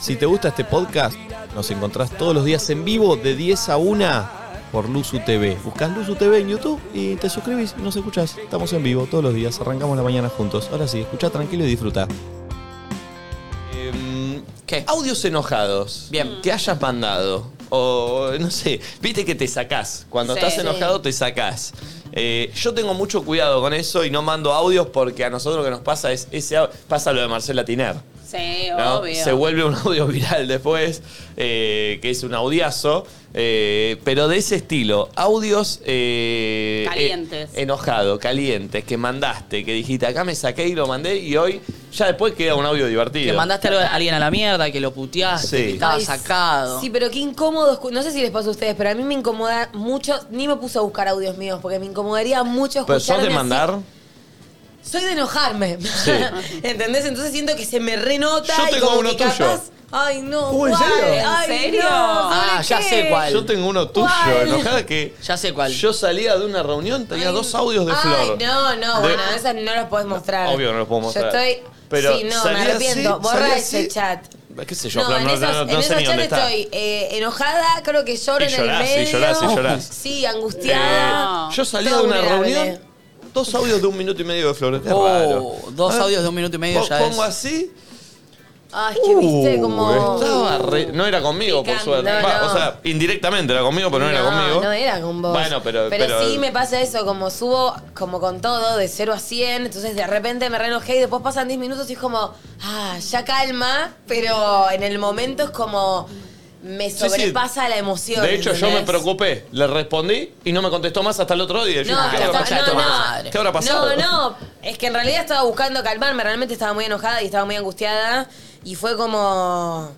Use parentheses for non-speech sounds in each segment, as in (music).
Si te gusta este podcast, nos encontrás todos los días en vivo de 10 a 1 por Luzu TV. Buscás Luzu TV en YouTube y te suscribís y nos escuchás. Estamos en vivo todos los días, arrancamos la mañana juntos. Ahora sí, escuchá tranquilo y disfruta. Em, ¿Qué? Audios enojados. Mm. Bien. Que hayas mandado. O no sé, viste que te sacás. Cuando Sí. estás Sí. enojado te sacás. Eh, yo tengo mucho cuidado con eso y no mando audios porque a nosotros lo que nos pasa es ese au- pasa lo de Marcela Tiner. Sí, ¿no? obvio. Se vuelve un audio viral después, eh, que es un audiazo, eh, pero de ese estilo, audios... eh, Calientes. eh, enojado, calientes, que mandaste, que dijiste, acá me saqué y lo mandé y hoy ya después queda un audio divertido. Que mandaste algo- a alguien a la mierda, que lo puteaste, Sí. que estaba Ay, sacado. Sí, pero qué incómodo. escu- No sé si les pasa a ustedes, pero a mí me incomoda mucho. Ni me puse a buscar audios míos porque me incomodaría mucho ¿Pero escuchar. sos de mandar? Soy de enojarme. Sí. (laughs) ¿Entendés? Entonces siento que se me renota. Yo y tengo como uno que tuyo. capaz- Ay, no. Uy, ¿en guay, serio? Ay, ¿En serio? no, ¿sobre Ah, ya qué? sé cuál. Yo tengo uno tuyo, ¿Cuál? enojada que... Ya sé cuál. Yo salía de una reunión, tenía Ay, dos audios de ay, Flor. No, no, De- bueno, esos no los podés mostrar. Obvio no los puedo mostrar. Yo estoy. Pero sí, no, me salí así, arrepiento. Borra salí ese así. chat. ¿Qué sé yo, no, Flor? en No, esos, no- no en sé esos ni dónde chats está. estoy eh, enojada, creo que lloro Y en llorás, y el medio. llorás, y llorás. Sí, Eh, angustiada. yo salí Todo de una vulnerable. reunión, dos audios de un minuto y medio de Flor. Qué Oh, raro. dos Ah, audios de un minuto y medio po- ya Pongo es. así. Ay, es que viste uh, como. Estaba re- No era conmigo, por Picante. suerte. No, Va, no. O sea, indirectamente era conmigo, pero no, era conmigo. No era con vos. Bueno, pero. pero, sí me pasa eso, como subo como con todo, de 0 a 100, entonces de repente me renojé y después pasan 10 minutos y es como, ah, ya calma, pero en el momento es como, me Sí, sí. sobrepasa la emoción. De hecho, yo me ¿entendés? preocupé. Le respondí y no me contestó más hasta el otro día. Yo, No, ¿qué, ya habrá está, pasado? no, ¿Qué habrá pasado? No, no, es que en realidad estaba buscando calmarme, realmente estaba muy enojada y estaba muy angustiada y fue como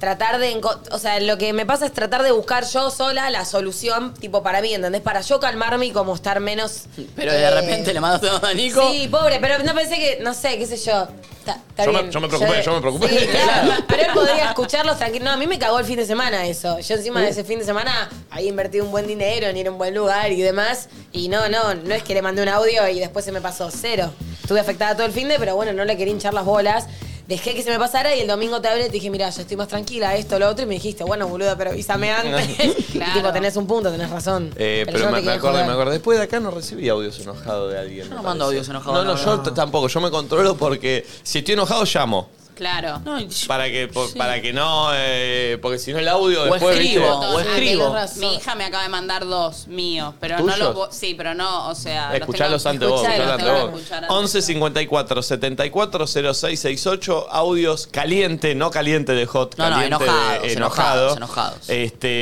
tratar de, enco- o sea, lo que me pasa es tratar de buscar yo sola la solución, tipo para mí, ¿entendés? Para yo calmarme y como estar menos... Pero de eh, repente le mando todo a Ah, Nico. Sí, pobre, pero no pensé que, no sé, qué sé yo. Está- está Yo me- bien. yo me preocupé, yo me preocupé. Sí, claro. (laughs) Claro. Pero él podría escucharlos tranquilo. No, a mí me cagó el fin de semana eso. Yo encima de ese fin de semana había invertido un buen dinero en ir a un buen lugar y demás. Y no, no, no es que le mandé un audio y después se me pasó cero. Estuve afectada todo el fin de, pero bueno, no le quería hinchar las bolas. Dejé que se me pasara y el domingo te hablé y te dije, mira, yo estoy más tranquila, esto, lo otro. Y me dijiste, bueno, boludo, pero avísame antes. Claro. Y tipo, tenés un punto, tenés razón. Eh, pero yo no me, te me quería acordé, joder. me acordé. Después de acá no recibí audios enojados de alguien. Yo no me mando parece. audios enojados, No, no, la yo verdad. t- tampoco. Yo me controlo porque si estoy enojado, llamo. Claro. No, y- Para que, po- Sí. para que no, eh, porque si no el audio O después escribo, viste. o Ah, escribo. tenés razón. Mi hija me acaba de mandar dos míos, pero no ¿Tuyos? los vo- Sí, pero no, o sea. los Escuchalos tengo- ante vos, Sí, los escuchalos escuchalo, ante tengo que vos. escuchar antes. 11 54 74 06 68 audios caliente, no caliente de hot, No, no, caliente de enojados, enojado. enojados, enojados.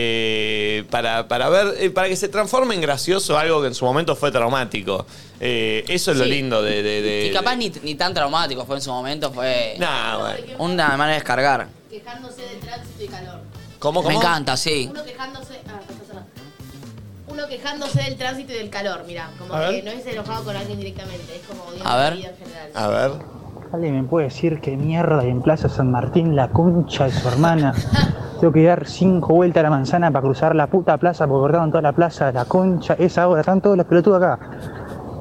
Este, para, para ver, eh, para que se transforme en gracioso algo que en su momento fue traumático. Eh, eso es lo Sí. lindo de. de- de- Y capaz ni, ni tan traumático fue en su momento, fue Nah, bueno. una manera de descargar. Quejándose de tránsito y calor. ¿Cómo, Me cómo? encanta, sí. Uno quejándose. Ah, está sonando. Uno quejándose del tránsito y del calor, mira, como A que ver. no es enojado con alguien directamente, es como odiando A ver. la vida en general. A ver. ¿Alguien me puede decir qué mierda hay en Plaza San Martín, la concha de su (laughs) hermana? Tengo que dar cinco vueltas a la manzana para cruzar la puta plaza porque cortaron toda la plaza, la concha, esa hora, están todos los pelotudos acá.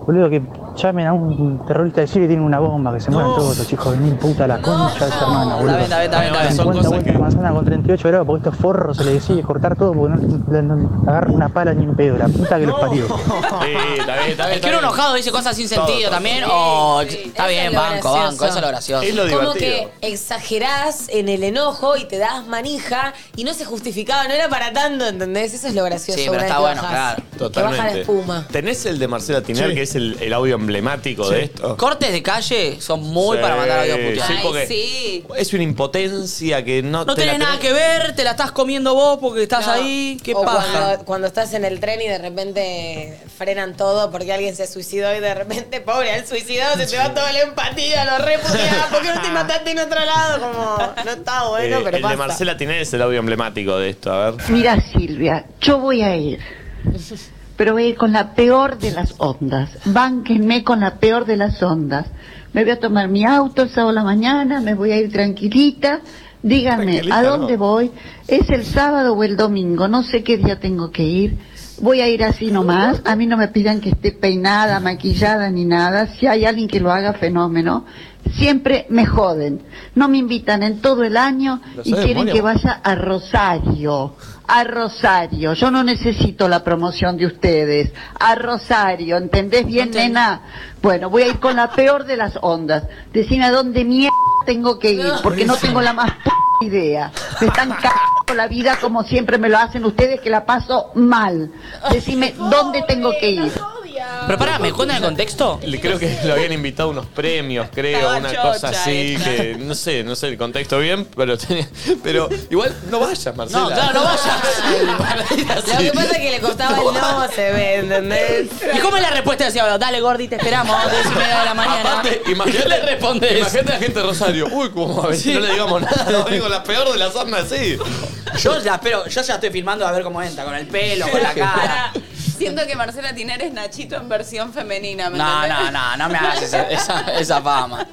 Boludo, que llamen a un terrorista de Siria y tienen una bomba, que se mueran todos los chicos de mil puta, la concha de su hermana, Está boludo. bien, está bien, está bien, está bien. Son 50 cosas vueltas a que- la manzana con 38 grados porque estos forros se les decide cortar todo porque no, no- no agarran una pala ni en pedo, la puta que los parió. (laughs) Sí, está bien, está bien, Es que está uno bien. enojado dice cosas sin Todo, sentido todo. también. o está Eso es bien, lo banco, gracioso. banco. Eso es lo gracioso. Es lo Como divertido. que exagerás en el enojo y te das manija y no se justificaba, no era para tanto, ¿entendés? Eso es lo gracioso. Sí, pero una está vez que bueno, bajás, claro. Totalmente. Que baja la espuma. ¿Tenés el de Marcela Tiner, Sí. que es el, el audio emblemático de esto? Cortes de calle son muy Sí, para mandar audio puteado. Sí, Ay, porque- sí. Es una impotencia que no, No te la tenés nada tenés- que ver, te la estás comiendo vos porque estás No. ahí. Qué o paja. Cuando, cuando estás en el tren y de repente frenan todo porque alguien se suicidó y de repente, pobre, al suicidado se te va toda la empatía, (laughs) lo repudiaba, ¿por qué no te mataste en otro lado? Como, no está Eh, bueno, pero el pasa. de Marcela Tiner es el audio emblemático de esto, a ver. Mira Silvia, yo voy a ir. Pero voy a ir con la peor de las ondas. Bánquenme con la peor de las ondas. Me voy a tomar mi auto el sábado a la mañana, me voy a ir tranquilita. Díganme, Tranquilita, ¿a dónde no. voy? ¿Es el sábado o el domingo? No sé qué día tengo que ir. Voy a ir así nomás. A mí no me pidan que esté peinada, maquillada ni nada. Si hay alguien que lo haga, fenómeno. Siempre me joden. No me invitan en todo el año Los y hay quieren demonios. que vaya a Rosario. A Rosario. Yo no necesito la promoción de ustedes. A Rosario. ¿Entendés bien, Entendí. nena? Bueno, voy a ir con la peor de las ondas. Decime a dónde mierda tengo que ir, porque no tengo la más p- idea. Me están cagando la vida como siempre me lo hacen ustedes, que la paso mal. Decime dónde tengo que ir. Pero pará, ¿me cuentan el contexto? Le- Creo que lo habían invitado a unos premios, creo, Estaba una chocha, cosa así, eh. que no sé, no sé el contexto bien, pero tenía- pero igual no vayas, Marcela. No, claro, no vayas. Para ir así. Lo que pasa es que le costaba (laughs) el no se ve, ¿entendés? ¿Y cómo es la respuesta? Decía, bueno, dale, Gordi, te esperamos a las 10 y media de la mañana. Aparte, ¿Qué (laughs) imagínate, le respondes? Imagínate a la gente de Rosario. Uy, como a veces no le digamos nada. No, digo, la peor de las ondas, sí. Yo ya espero, yo ya estoy filmando a ver cómo entra, con el pelo, con la (laughs) cara. Pará, (laughs) Siento que Marcela Tiner es Nachito en versión femenina. ¿me No, entendés? no, no, no me hagas (laughs) esa, (laughs) esa, esa fama.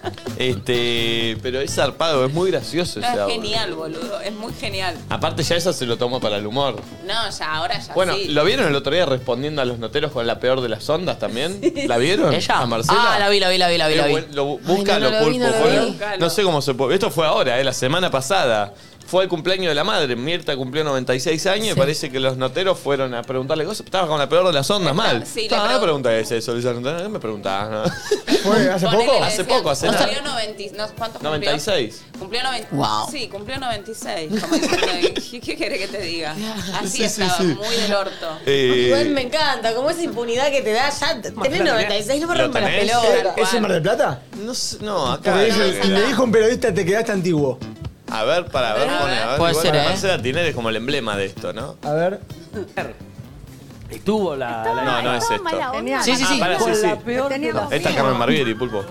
Este, pero es zarpado, es muy gracioso No, ese es audio. Ah, genial, boludo. Es muy genial. Aparte ya eso se lo tomó para el humor. No, ya, ahora ya Bueno, sí. ¿lo vieron el otro día respondiendo a los noteros con la peor de las (laughs) ondas también? ¿La vieron? ¿Ella? ¿A Marcela? Ah, la vi, la vi, la vi, la vi. La Eh, vi. bueno, lo bu- búscalo, no lo vi, Pulpo, no lo ponelo. vi. Búscalo. No sé cómo se puede. Esto fue ahora, eh, la semana pasada. Fue el cumpleaños de la madre. Mirta cumplió 96 años y parece que los noteros fueron a preguntarle cosas. Estaba con la peor de las ondas, mal. sí, le Estaba, no pregun- pregunta es eso. Luisa, no, no (laughs) me preguntabas. ¿Fue hace Ponele, poco? le Hace decían, poco, hace nada. Cumplió 90, no, ¿cuántos cumplió? 96. Cumplió 90. Wow. Sí, cumplió 96. Como diciendo, ¿qué querés (laughs) que (laughs) te diga? Así estaba, muy del orto. Eh, Eh, Igual me encanta, como esa impunidad que te da ya. Tenés 96, no me ¿Lo rompa las tenés? pelotas. ¿Es en Mar del Plata? no, sé- no, acá. Porque dice- no, le dijo un periodista, te quedaste antiguo. A ver, para ver, pone, a ver. Puede Igual ser, la ¿eh? Marcela Tiner es como el emblema de esto, ¿no? A ver. Estuvo la. la- No, no es esto. Genial. Sí, sí, sí. Para, sí, sí. Teníamos- Esta es Carmen Marguerite, Pulpo.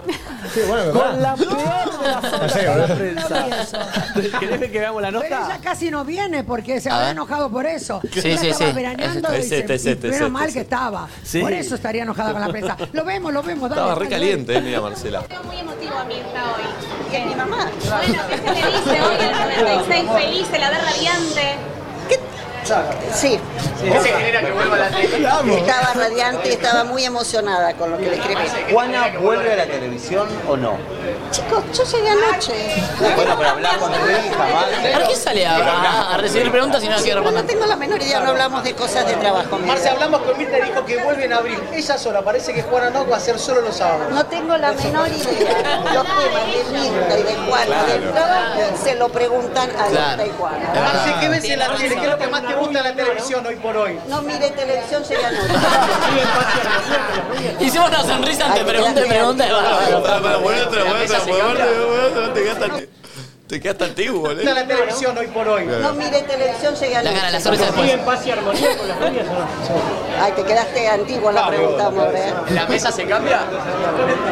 Sí, bueno, me Con va. la peor de las No ondas sé, de boludo. la prensa. ¿Querés que veamos la Pero ella casi no viene porque se A había ver. enojado por eso. Sí, Ella sí, estaba sí. veraneando Es y este, se- es este, es este, es menos este, mal es que este. estaba. Sí. Por eso estaría enojada con la prensa. Lo vemos, lo vemos. Dale, Estaba re dale, dale. caliente, eh, mira Marcela. muy emotivo a Mirta hoy. Que mi mamá. Bueno, que se le dice hoy el 96 feliz, se la ve radiante. Sí. Estaba radiante y estaba muy emocionada con lo que le escribí. ¿Juana vuelve a la televisión o no? Chicos, yo llegué anoche. Bueno, pero hablar con tu hija, ¿vale? ¿Para qué sale a, a- a recibir preguntas si no quiere No, no responder? tengo la menor idea, no hablamos de cosas de trabajo. mira. hablamos con Mirta y dijo que vuelve en abril. Ella sola, parece que Juana no va a ser solo los sábados. No tengo la menor idea. Los temas de Mirta y de Juana, del trabajo, se lo preguntan a Claro. Mirta y Juana. Es verdad. ves en la tele? ¿Qué es lo que más te gusta en la televisión hoy por hoy? No mire televisión, llegué anoche. (laughs) Hicimos una sonrisa ante Ay, pregunta y mira, pregunta. es mira. bárbaro. Pará, pará, ponértelo, ponértelo, ponértelo, ponértelo, te quedaste anti- Te quedaste antiguo, boludo. la televisión hoy por hoy? No mire televisión, llegué La cara, la anoche. sonrisa después. paz y armonía con las novias o no? Ah, Ay, te quedaste antigua en la pregunta, amor. ¿eh? ¿La mesa se cambia?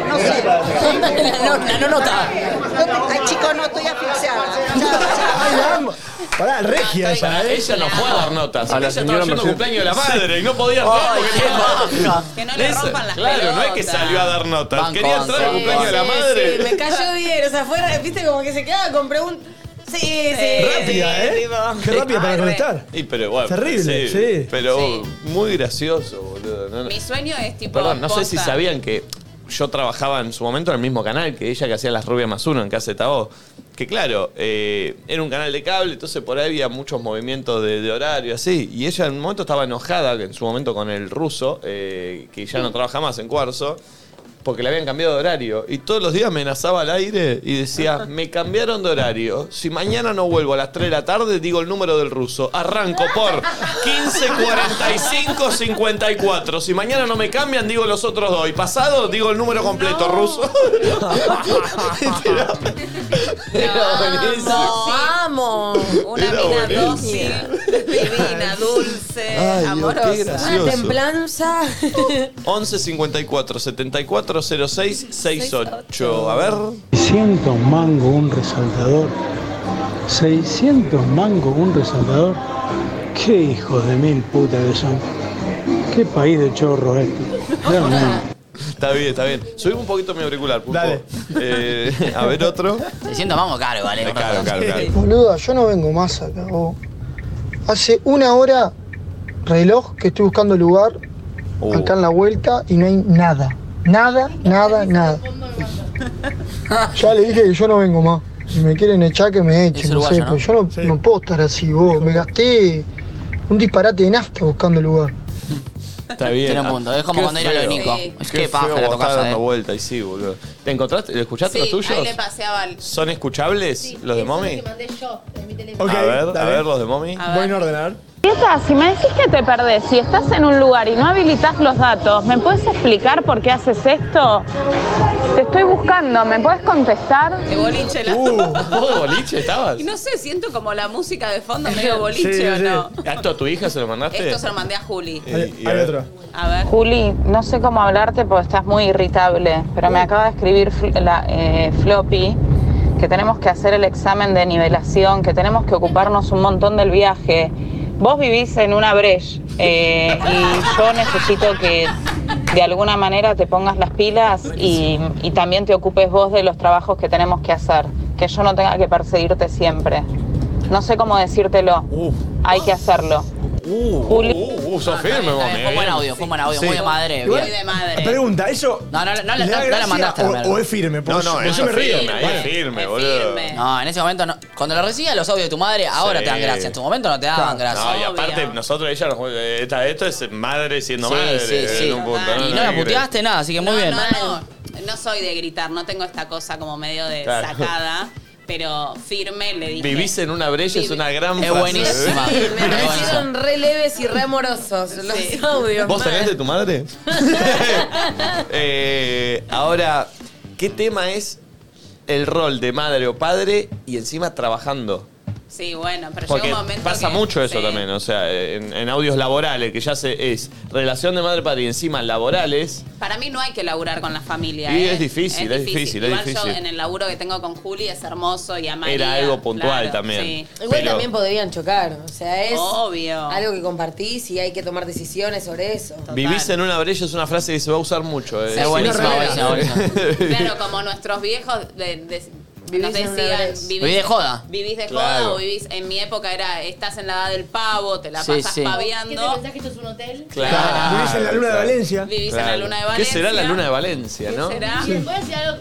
No sé. La no, la no nota. No te- Ay, chicos, no estoy asfixiada. Chao, Ay, chao. la amo. Pará, regia ella, ¿eh? Ella no puede dar notas. A la Ella estaba señora haciendo Mercedes. cumpleaños de la madre y no podía entrar Ay, porque qué no daba baja. notas. Que no le Esa- rompan las Claro, no es que pelotas. salió a dar notas. Banco, Quería entrar al banco, cumpleaños de la banco. madre. (laughs) Sí, Eh, me cayó bien, o sea, fuera, viste, como que se quedaba con preguntas. Sí, sí. Rápida, sí, ¿eh? tipo. Qué rápida para Ay, conectar. Y pero bueno. Terrible, sí. Pero Sí. muy gracioso, boludo. no, no. Mi sueño es tipo. Perdón, no sé si posta. sabían que yo trabajaba en su momento en el mismo canal que ella que hacía Las Rubias Más Uno en KZO. Que claro, eh, era un canal de cable, entonces por ahí había muchos movimientos de, de horario, así. Y ella en un momento estaba enojada, que en su momento con el ruso, eh, que ya no trabaja más en Cuarzo, porque le habían cambiado de horario. Y todos los días amenazaba al aire y decía, me cambiaron de horario. Si mañana no vuelvo a las 3 de la tarde, digo el número del ruso. Arranco por 15, 45, 54. Si mañana no me cambian, digo los otros dos. Y pasado, digo el número completo, ruso. Era buenísimo. No, amo. Una Era mina buenísimo. dócil, divina, dulce, Ay, Dios, qué amorosa. Una gracioso. templanza. 11 54 74 06 68. A ver. 600 mango un resaltador. 600 mango un resaltador. Qué hijos de mil putas que son. Qué país de chorros este. Realmente. Está bien, está bien. Subimos un poquito mi auricular, Pulpo. Dale. Eh, a ver otro. 600 vamos caro, vale. Eh, Claro, claro, claro. Boluda, yo no vengo más acá. vos. Hace una hora, reloj, que estoy buscando lugar Uh. acá en la vuelta y no hay nada. Nada, nada, nada. (laughs) Ya le dije que yo no vengo más. Si me quieren echar, que me echen. Es no sé, uruguayo, ¿no? pero yo no, no puedo estar así, vos. Me gasté un disparate de nafta buscando lugar. Está bien. Tiene un mundo, es como Qué cuando ir a lo feo. Nico. Es Qué que paja feo la cuando tocasa, estás dando eh. vuelta y sí, boludo. ¿Te encontraste? ¿Le escuchaste los tuyos? ahí le pasé a Val. ¿Son escuchables los de Mommy? mandé yo en mi teléfono. a ver, a dale. ver los de Mommy. Voy en ordenar. Prieta, si me decís que te perdés, si estás en un lugar y no habilitas los datos, ¿me puedes explicar por qué haces esto? Te estoy buscando, ¿me puedes contestar? De boliche la ¿Vos de boliche estabas? (laughs) Y no sé, siento como la música de fondo medio boliche o no. ¿Esto a tu hija se lo mandaste? Esto se lo mandé a Juli. Eh, otro. A ver. Juli, no sé cómo hablarte porque estás muy irritable, pero me acaba de escribir Fl- la, eh, Floppy que tenemos que hacer el examen de nivelación, que tenemos que ocuparnos un montón del viaje. Vos vivís en una brecha eh, y yo necesito que de alguna manera te pongas las pilas y, y también te ocupes vos de los trabajos que tenemos que hacer, que yo no tenga que perseguirte siempre. No sé cómo decírtelo, hay que hacerlo. Juli. Uh, uh, sos firme, está bien, Mommy. fue un buen eh. audio, fue un buen audio, Sí. muy de madre. Igual- bien. de madre. Pregunta, eso. No, no, no, no, ¿le da no la gracia mandaste a la o, merda. o es firme? Porque No, no, yo- yo eso me es río. firme, ahí Bueno. es Firme, boludo. No, en ese momento no. Cuando lo recibías los audios de tu madre, ahora Sí. te dan gracia. En tu momento no te daban gracia. No, y aparte, nosotros, ella, nos- esta- esto es madre siendo Sí, madre. sí, sí. en un punto, Y no la ¿Qué puteaste nada, así que muy no, bien. No, no, no soy de gritar, no tengo esta cosa como medio de Claro. (laughs) sacada, pero firme le dije. Vivís en una brecha, es una gran Es frase. (laughs) buenísima. ¿eh? Sí, Me parecieron re leves y re amorosos los audios. ¿Vos man. salías de (laughs) tu madre? (laughs) Eh, ahora, ¿qué tema es el rol de madre o padre y encima trabajando? Sí, bueno, pero Porque llega un momento pasa que- mucho eso sí. también, o sea, en, en audios laborales, que ya se, es relación de madre-padre y encima laborales. Para mí no hay que laburar con la familia. Y ¿eh? es difícil, es difícil, es Igual difícil. yo en el laburo que tengo con Juli es hermoso y amarillo. Era algo puntual también. (laughs) Igual Pero- también podrían chocar. O sea, es Obvio. algo que compartís y hay que tomar decisiones sobre eso. Vivís en una brecha es una frase que se va a usar mucho. eh. Es buenísima, buenísima, Claro, como nuestros viejos de- de- nos en una decían... brecha. Vivís de joda. Vivís de Claro. joda o vivís... En mi época era, estás en la edad del pavo, te la Sí, pasas sí. paviando. ¿Qué te pensás que esto es un hotel? (laughs) Claro. Vivís en la luna de Claro. Valencia. Vivís en la luna de ¿Qué Valencia. será la luna de Valencia, no? será? Y les voy a decir algo.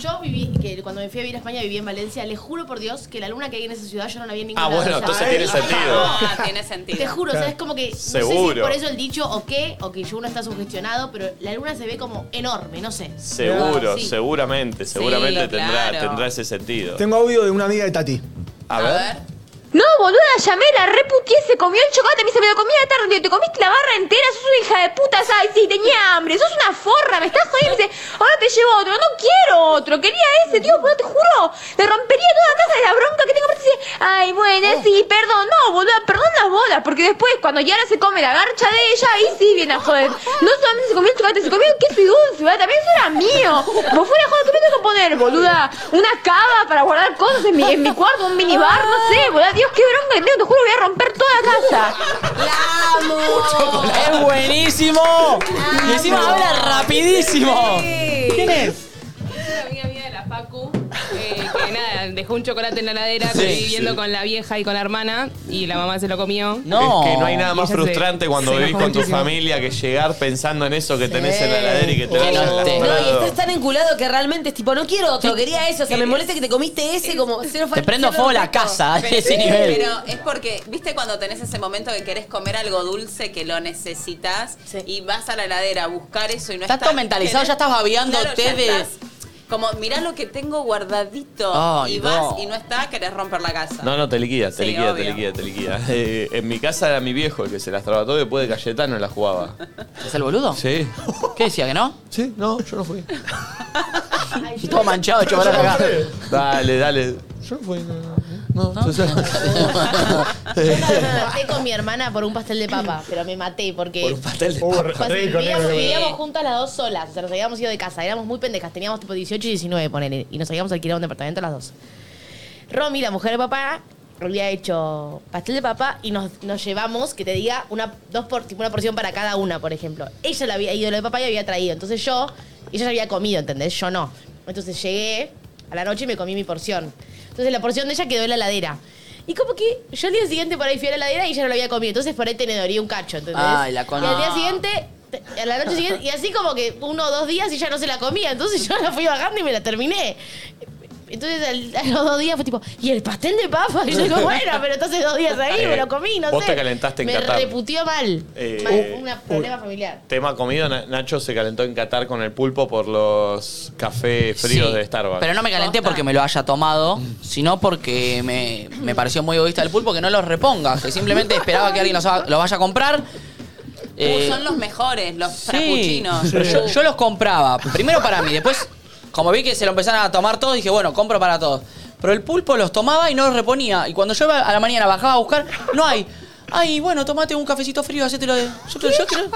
Yo viví, que cuando me fui a vivir a España viví en Valencia, les juro por Dios que la luna que hay en esa ciudad yo no la vi en ninguna Ah, bueno, entonces tiene sentido. Ah, tiene sentido. Te juro, o sea, es como que. No sé si Seguro. es por eso el dicho o qué, o que yo uno está sugestionado, pero la luna se ve como enorme, no sé. Seguro, Sí. seguramente, seguramente lo- tendrá, claro. tendrá ese sentido. (laughs) Tengo audio de una amiga de Tati. A ver. No, boluda, llamé, la reputié, se comió el chocolate, me dice, me lo comí a la tarde, te comiste la barra entera, sos una hija de puta, ¿sabes? Sí, tenía hambre, sos una forra, me estás jodiendo, me dice, ahora te llevo otro, no quiero otro, quería ese, tío, pero te juro, te rompería toda la taza de la bronca que tengo, pero dice, ay, bueno, sí, perdón, no, boluda, perdón las bolas, porque después, cuando Yara se come la garcha de ella, ahí sí viene a joder, no solamente se comió el chocolate, se comió el queso y dulce, ¿verdad? también eso era mío, vos fuera joder, ¿qué me tengo que poner, boluda? Una cava para guardar cosas en mi, en mi cuarto, un minibar, no sé, boluda, Dios, qué bronca que tengo, te juro, voy a romper toda la casa. ¡Es buenísimo! Y encima habla rapidísimo. ¿Quién es? Una amiga mía de la Facu, eh, que nada, dejó un chocolate en la heladera Sí, que viviendo sí. con la vieja y con la hermana y la mamá se lo comió. Es que no hay nada Y más ella se- frustrante cuando se vivís enojó con tu muchísimo. familia que llegar pensando en eso que tenés en la heladera y que te Que lo hayan no esté. No, y lastrado. estás tan enculado que realmente es tipo, no quiero otro, quería eso, o sea, Eh, me molesta que te comiste ese como cero fa- Te prendo cero fuego la respeto. casa (laughs) a ese Sí, nivel. Pero es porque, viste, cuando tenés ese momento que querés comer algo dulce que lo necesitas y vas a la heladera a buscar eso y no Estás todo mentalizado, ya estás babeando Claro, té ya de- estás Como, mirá lo que tengo guardadito. Ay, y vas no. y no está, querés romper la casa. No, no, te liquida, te Sí, liquida, obvio. te liquida, te liquida. (laughs) Eh, en mi casa era mi viejo el que se las traba todo y después de Cayetano la jugaba. ¿Es el boludo? Sí. ¿Qué decía, que no? Sí, no, yo (laughs) no fui. Todo manchado, de chocolate acá. (laughs) Dale, dale. (laughs) Yo no fui. No, no, (laughs) Me maté con mi hermana por un pastel de papa, pero me maté porque. Por un pastel de Pas- papa. vivíamos, vivíamos juntas las dos solas, o sea, nos habíamos ido de casa, éramos muy pendejas, teníamos tipo 18 y 19, ponele, y nos habíamos alquilado un departamento las dos. Romy, la mujer de papá, había hecho pastel de papa y nos, nos llevamos, que te diga, una, dos por, tipo una porción para cada una, por ejemplo. Ella le había ido lo de papá y había traído, entonces yo, ella ya había comido, ¿entendés? Yo no. Entonces llegué a la noche y me comí mi porción. Entonces la porción de ella quedó en la heladera. Y como que yo al día siguiente por ahí fui a la heladera y ella no lo había comido. Entonces por ahí tenedoría un cacho, ¿entendés? Ay, la concha. Y al día siguiente Te- A la noche siguiente, y así como que uno o dos días y ya no se la comía. Entonces yo la fui bajando y me la terminé. Entonces al- a los dos días fue tipo, ¿y el pastel de papa? Y yo digo, bueno, pero entonces dos días ahí me lo comí, no Vos sé. te calentaste en me Qatar. reputió mal. Eh, Mal, fue un problema familiar. Tema comida, Na- Nacho se calentó en Qatar con el pulpo por los cafés fríos Sí, de Starbucks. Pero no me calenté porque me lo haya tomado, sino porque me, me pareció muy egoísta el pulpo que no los reponga, que simplemente esperaba que alguien los, haga- los vaya a comprar. Eh, Uh, son los mejores, los sí, frappuccinos. pero yo, yo los compraba, primero para mí, después, como vi que se lo empezaron a tomar todos, dije, bueno, compro para todos. Pero el pulpo los tomaba y no los reponía. Y cuando yo iba a la mañana bajaba a buscar, no hay. Ay, bueno, tomate un cafecito frío, hacételo de. Yo, te- yo creo-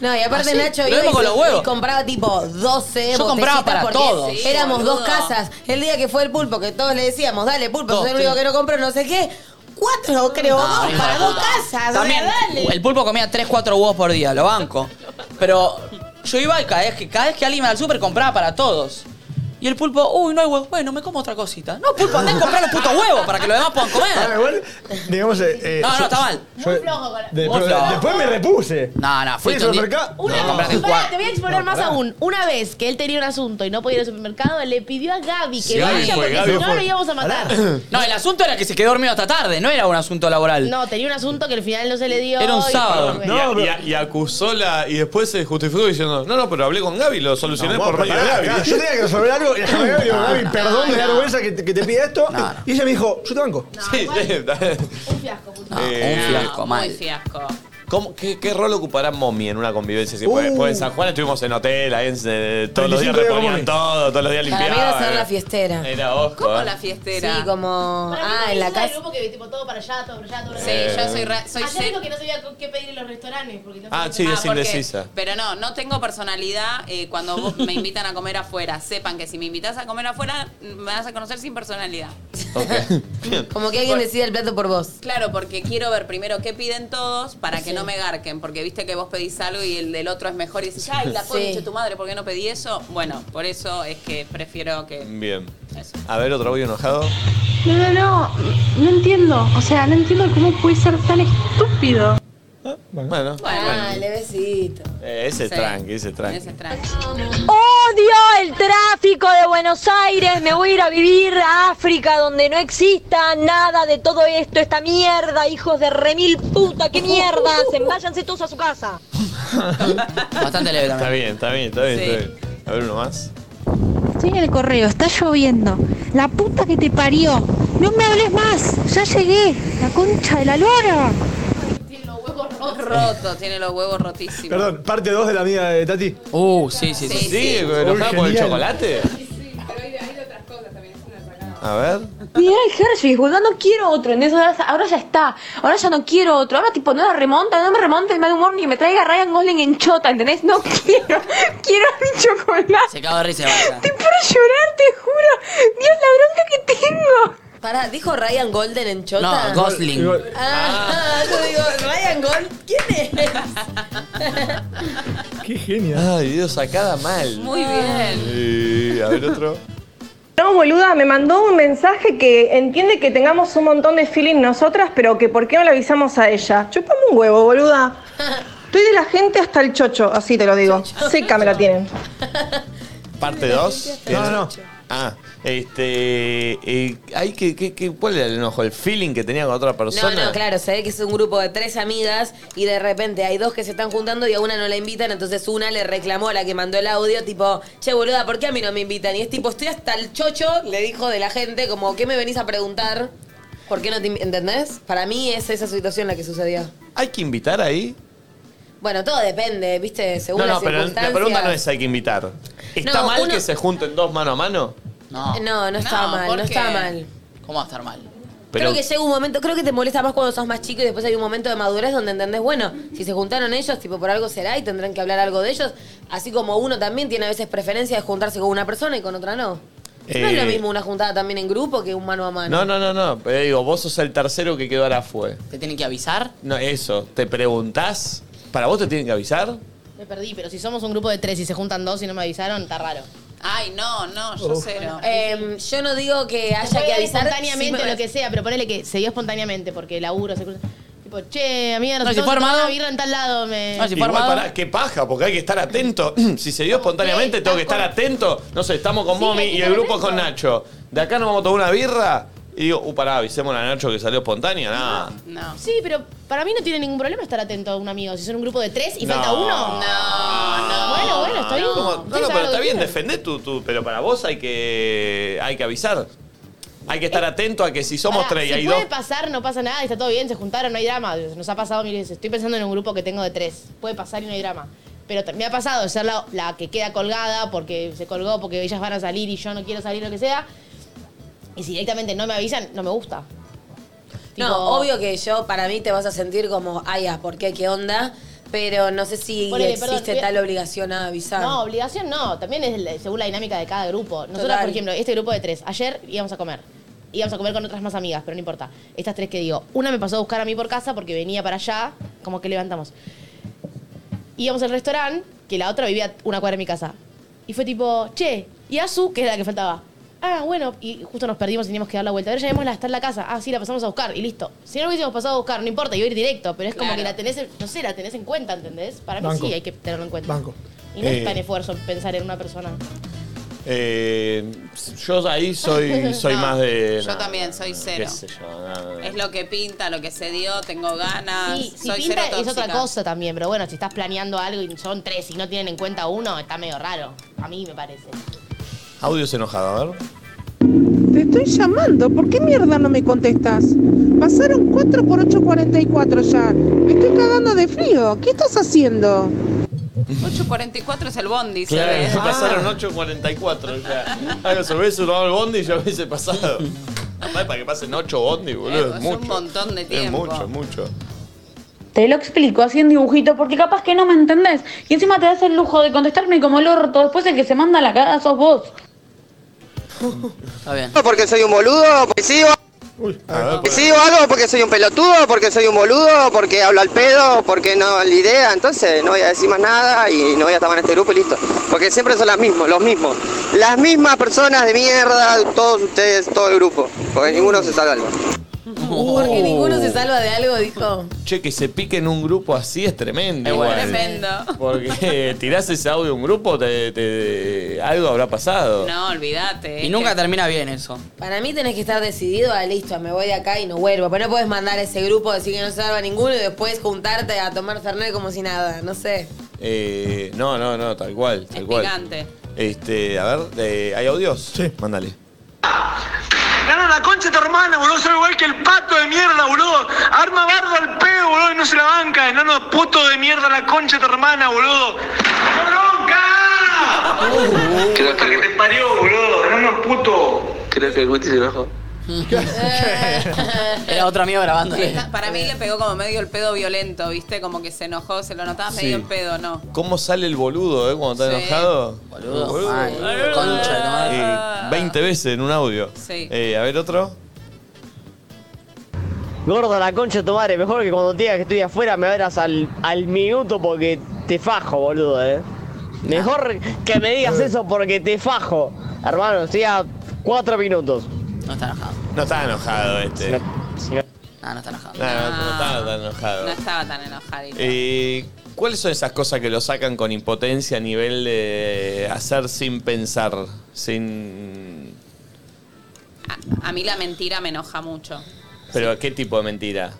No, y aparte ¿Ah, sí? Nacho Lo iba mismo y- con los huevos. y compraba tipo 12 Yo compraba botecitas para porque todos. Sí, Éramos boludo. dos casas. El día que fue el pulpo, que todos le decíamos, dale pulpo, Dos, es el único sí. que no compró, no sé qué. Cuatro, creo, Ah, dos, hijo para de dos puta. casas. o sea, También, dale. el pulpo comía 3, 4 huevos por día, lo banco. Pero yo iba y cada vez que, cada vez que alguien iba al súper compraba para todos. Y el pulpo, uy, no hay huevos. Bueno, me como otra cosita. No, pulpo, andá a comprar los putos huevos para que los demás puedan Ahora, comer. Ah, igual, digamos. eh, eh, No, no, yo- está mal. yo- de- Muy pero flojo. Después me repuse. No, no, Fui al fuiste un día- supermercado. Una- No. compraste un Pará, cua- te voy a explorar No, más pará. aún. Una vez que él tenía un asunto y no podía ir al supermercado, le pidió a Gaby (laughs) que Sí, Gaby vaya fue, porque Gaby si no fue. lo íbamos a matar. No, el asunto era que se quedó dormido hasta tarde, no era un asunto laboral. No, tenía un asunto que al final no se le dio. Era un y- sábado. Bueno. Y, a- y a- y acusó la. Y después se justificó diciendo: No, no, pero hablé con Gaby, lo solucioné No, por pará, medio de Gaby. pará, Yo tenía que resolver (laughs) algo (laughs) y le llamé a Gaby y digo, No, Gaby, no, perdón, me da no. vergüenza que te, que te pida esto. Y ella me dijo, yo te banco. Sí, sí. No, Ah, Eh, un fiasco, Muy mal. fiasco. ¿Cómo- qué, qué rol ocupará Mommy en una convivencia? así? Uh. Porque después en San Juan estuvimos en hotel, ahí en- eh, todos los días 35 días como reponían Mommy. todo, todos los días Para mí iba a ser la limpiaban. eh. fiestera. Era osco. eh. fiestera? Sí, como. Ah, en la casa. grupo que tipo todo para allá, todo para allá, todo para Sí, Eh. yo soy, ra- soy Ayer se- dijo que no sabía con qué pedir en los restaurantes. Porque no Ah, sabía sí, qué- es porque- indecisa. Pero no, no tengo personalidad eh, cuando vos- me invitan a comer afuera. Sepan que si me invitas a comer afuera, me vas a conocer sin personalidad. (laughs) Como que alguien decide el plato por vos. Claro, porque quiero ver primero qué piden todos para que no me garquen, porque viste que vos pedís algo y el del otro es mejor y dices, ay, la Sí. concha de tu madre, ¿por qué no pedí eso? Bueno, por eso es que prefiero que... Mm. Bien. A ver, otro audio enojado. No, no, no, no entiendo. O sea, no entiendo cómo puede ser tan estúpido. Bueno. Ah, Dale, besito. Eh, ese Sí. tranqui, ese tranqui. Odio el tráfico de Buenos Aires, me voy a ir a vivir a África donde no exista nada de todo esto, esta mierda, hijos de remil puta, qué mierda, hacen? váyanse todos a su casa. Bastante leve Está bien, está bien, está bien, Sí. está bien. A ver uno más. Estoy en el correo, está lloviendo. La puta que te parió. No me hables más, ya Eh, llegué. La concha de la lora. Roto, tiene los huevos rotísimos. Perdón, parte 2 de la mía de Tati. Uh, sí, sí, sí. Sí, enojada Uy, por el genial. chocolate. A ver. Mira el Hershey, boludo, no quiero otro, en eso ahora ya está, ahora ya no quiero otro, ahora tipo no la remonta, no me remonta el mal humor ni me traiga Ryan Golden en chota, ¿entendés? No (laughs) quiero, quiero mi chocolate. Se cagó de risa. Basta. Estoy para llorar, te juro, Dios la bronca que tengo. Pará, ¿dijo Ryan Golden en Chota? No, Gosling. Ah, yo digo, Ryan Gold, ¿quién es? Qué genio. Ay, Dios, sacada mal. Muy bien. Sí, a ver otro. No, boluda, me mandó un mensaje que entiende que tengamos un montón de feeling nosotras, pero que por qué no le avisamos a ella. Chupame un huevo, boluda. (laughs) Estoy de la gente hasta el chocho, así te lo digo. Seca me la tienen. Parte 2. No, no, no. Ah, este. eh, hay que, que- que- ¿Cuál era el enojo? ¿El feeling que tenía con otra persona? No, no, claro, se ve que es un grupo de tres amigas y de repente hay dos que se están juntando y a una no la invitan, entonces una le reclamó a la que mandó el audio, tipo, che, boluda, ¿por qué a mí no me invitan? Y es tipo, estoy hasta el chocho, le dijo de la gente, como, ¿qué me venís a preguntar? ¿Por qué no te invi-?" ¿Entendés? Para mí es esa situación la que sucedió. ¿Hay que invitar ahí? Bueno, todo depende, ¿viste? Según No, no, las pero la circunstancias. pregunta no es hay que invitar. ¿Está No, mal uno- que se junten dos mano a mano? No. No, no estaba No, mal, ¿por no qué? estaba mal. ¿Cómo va a estar mal? Pero- Creo que llega un momento, creo que te molesta más cuando sos más chico y después hay un momento de madurez donde entendés, bueno, si se juntaron ellos, tipo por algo será y tendrán que hablar algo de ellos. Así como uno también tiene a veces preferencia de juntarse con una persona y con otra no. No es Eh. lo mismo una juntada también en grupo que un mano a mano. No, no, no, no. Pero digo, vos sos el tercero que quedó ahora fue. ¿Te tienen que avisar? No, eso. ¿Te preguntás? ¿Para vos te tienen que avisar? Me perdí, pero si somos un grupo de tres y se juntan dos y no me avisaron, está raro. Ay, no, no, yo Uf. cero. Eh, yo no digo que haya Puede que haber avisar. espontáneamente sí me- o lo que sea, pero ponele que se dio espontáneamente porque el laburo se cruza. Tipo, Tipo, che, amiga, No, nos si estamos fue tomando armado- una birra en tal lado. Me... Ah, Igual, pará, qué paja, porque hay que estar atento. (clears throat) si se dio espontáneamente, tengo que estar atento. No sé, estamos con Momi y el grupo con Nacho. De acá nos vamos a tomar una birra. Y digo, uh, pará, avisémosle a Nacho que salió espontánea. Nada. No. Sí, pero para mí no tiene ningún problema estar atento a un amigo. Si son un grupo de tres y No. falta uno. Ah. No, Bueno, bueno, está bien. ¿Cómo? Ustedes No, no, hagan pero lo está que bien, quieran. defender tu, tu- Pero para vos hay que, hay que avisar. Hay que estar atento a que si Eh, somos Pará, tres y si hay puede dos. pasar, no pasa nada, está todo bien, se juntaron, no hay drama. Nos ha pasado mil veces. Estoy pensando en un grupo que tengo de tres. Puede pasar y no hay drama. Pero t- me ha pasado ser la, la que queda colgada porque se colgó, porque ellas van a salir y yo no quiero salir, lo que sea. Y si directamente no me avisan, no me gusta. Tipo- No, obvio que yo, para mí, te vas a sentir como, ay, ah, ¿por qué? ¿Qué onda? Pero no sé si Ponele, perdón, existe voy a- tal obligación a avisar. (laughs) No, obligación no. También es el- según la dinámica de cada grupo. Nosotros, Total. por ejemplo, este grupo de tres. Ayer íbamos a comer. Íbamos a comer con otras más amigas, pero no importa. Estas tres que digo. Una me pasó a buscar a mí por casa porque venía para allá. Como que levantamos. Íbamos al restaurante, que la otra vivía una cuadra de mi casa. Y fue tipo, che, y Azu, que era la que faltaba. Ah, bueno, y justo nos perdimos y teníamos que dar la vuelta. A ver, llevémosla, está en la casa. Ah, sí, la pasamos a buscar y listo. Si no lo hubiésemos pasado a buscar, no importa, yo ir directo, pero es como que la tenés, en- no sé, la tenés en cuenta, ¿entendés? Para mí Banco. sí hay que tenerlo en cuenta. Banco. Y no Eh. es tan esfuerzo pensar en una persona. Eh, yo (laughs) ahí soy, soy No, más de. Yo nada, también soy qué cero. sé yo, nada. Es lo que pinta, lo que se dio, tengo ganas. Sí, si Ah, soy pinta cero es otra tóxica. cosa también, pero bueno, si estás planeando algo y son tres y no tienen en cuenta uno, está medio raro. A mí me parece. Audios enojados, a ver. Te estoy llamando, ¿por qué mierda no me contestas? Pasaron 4 por 8.44 ya. Me estoy cagando de frío. ¿Qué estás haciendo? 8.44 es el bondi, se Claro, (laughs) ve. Ah. Ah. pasaron 8.44 ya. Algo sobre eso, tomaba el bondi y ya hubiese (laughs) pasado. Aparte, para que pasen 8 bondi, Eh, boludo, es es mucho. un montón de Es tiempo. mucho, es mucho. Te lo explico haciendo dibujito porque capaz que no me entendés. Y encima te das el lujo de contestarme como el orto. Después el que se manda la cara sos vos. Está bien. Porque soy un boludo, porque sigo. Porque sigo algo, porque soy un pelotudo, porque soy un boludo, porque hablo al pedo, porque no la idea. Entonces no voy a decir más nada y no voy a estar en este grupo y listo. Porque siempre son las mismas, los mismos. Las mismas personas de mierda, todos ustedes, todo el grupo. Porque ninguno se salva. Uh. Porque ninguno se salva de algo, dijo. Che, que se pique en un grupo así es tremendo. Es igual. tremendo. Porque (laughs) tirás ese audio a un grupo, te, te- algo habrá pasado. No, olvídate. Y nunca termina bien eso. Para mí tenés que estar decidido a listo, me voy de acá y no vuelvo. Pero no puedes mandar a ese grupo, decir que no se salva ninguno y después juntarte a tomar Fernet como si nada, no sé. Eh, no, no, no, tal cual, tal cual. picante. Este, a ver, eh, ¿hay audios? Sí. Mándale. Gana la concha de tu hermana, boludo. Soy igual que el pato de mierda, boludo. Arma bardo al pedo, boludo, y no se la banca. Enano puto de mierda, la concha de tu hermana, boludo. ¡Bronca! Creo que te parió, boludo. Enano puto. Creo que el Guti se bajó. Era otro amigo (laughs) grabando. Sí, está- para eh. mí le pegó como medio el pedo violento, ¿viste? Como que se enojó, se lo notaba medio Sí. el pedo, no. ¿Cómo sale el boludo, eh, cuando está Sí. enojado? Boludo, mal. Concha de tu madre. Eh, 20 veces en un audio. Sí. Eh, a ver, otro. Gordo, la concha de tu madre, mejor que cuando te digas que estoy afuera me verás al, al minuto porque te fajo, boludo, eh. Mejor que me digas eso porque te fajo. Hermano, estoy a cuatro minutos. No está enojado. No está enojado este. No, No, no está enojado. no, no estaba tan enojado. Ah. No estaba tan enojadito. Eh, ¿Cuáles son esas cosas que lo sacan con impotencia a nivel de hacer sin pensar? Sin. A mí la mentira me enoja mucho. ¿Pero qué tipo de mentira?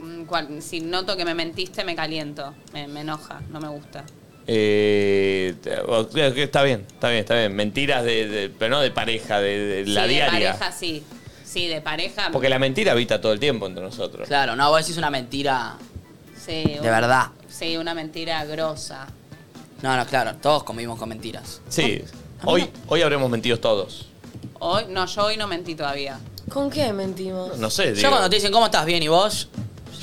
Mm, cual- Si noto que me mentiste, me caliento. Me, me enoja, no me gusta. Eh, te- o- creo que está bien, está bien, está bien. Mentiras de, de- pero no de pareja, de, de la Sí, diaria. De pareja, sí. Sí, de pareja. Porque la mentira habita todo el tiempo entre nosotros. Claro, no, vos decís una mentira. Sí, De un- verdad. Sí, una mentira grosa. No, no, claro, todos convivimos con mentiras. Sí. Ah, Hoy, hoy habremos mentido todos. Hoy, no, yo hoy no mentí todavía. ¿Con qué mentimos? No sé, Yo digo. cuando te dicen, ¿cómo estás bien? ¿Y vos?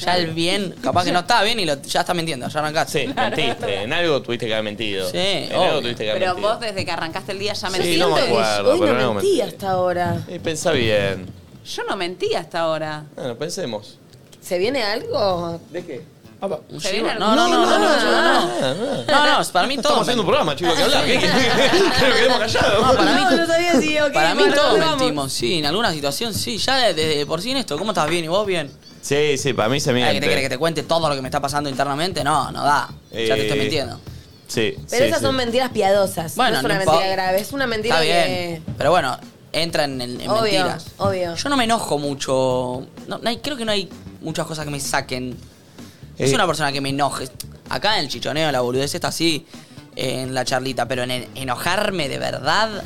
Ya el bien, capaz que no está bien y lo- ya estás mintiendo, ya arrancaste. Sí, mentiste. En algo tuviste que haber mentido. Sí, En obvio. algo tuviste que haber Pero mentido. vos desde que arrancaste el día ya Eh, Sí, mentiste. no me acuerdo, Hoy pero no no me- mentí hasta ahora. Eh, pensá bien. Yo no mentí hasta ahora. Bueno, pensemos. ¿Se viene algo? ¿De qué? ¿Un chivo? No, no, no, no, no, no, no. No, no, es para mí todo. Ah, Ah, Estamos haciendo un programa, chicos, que hablar. ¿Qué, qué, qué, nos quedemos callados? No, para mí, sabía si, ok. para mí bueno, todos vamos. mentimos. Sí, en alguna situación, sí. Ya desde de, por sí en esto. ¿Cómo estás? ¿Bien? ¿Y vos bien? Sí, sí, para mí se Ay, ¿Que miente. te quiere que te cuente todo lo que me está pasando internamente? No, no da. Ya te estoy Eh, mintiendo. Sí, Pero esas son mentiras piadosas. Bueno, no es una no mentira impo- grave, es una mentira Está que. bien. Pero bueno, entran en, en obvio, mentiras. obvio. Yo no me enojo mucho. No, no hay- creo que no hay muchas cosas que me saquen. No soy Eh. una persona que me enoje. Acá en el chichoneo, en la boludez está así, en la charlita, pero en en- enojarme de verdad.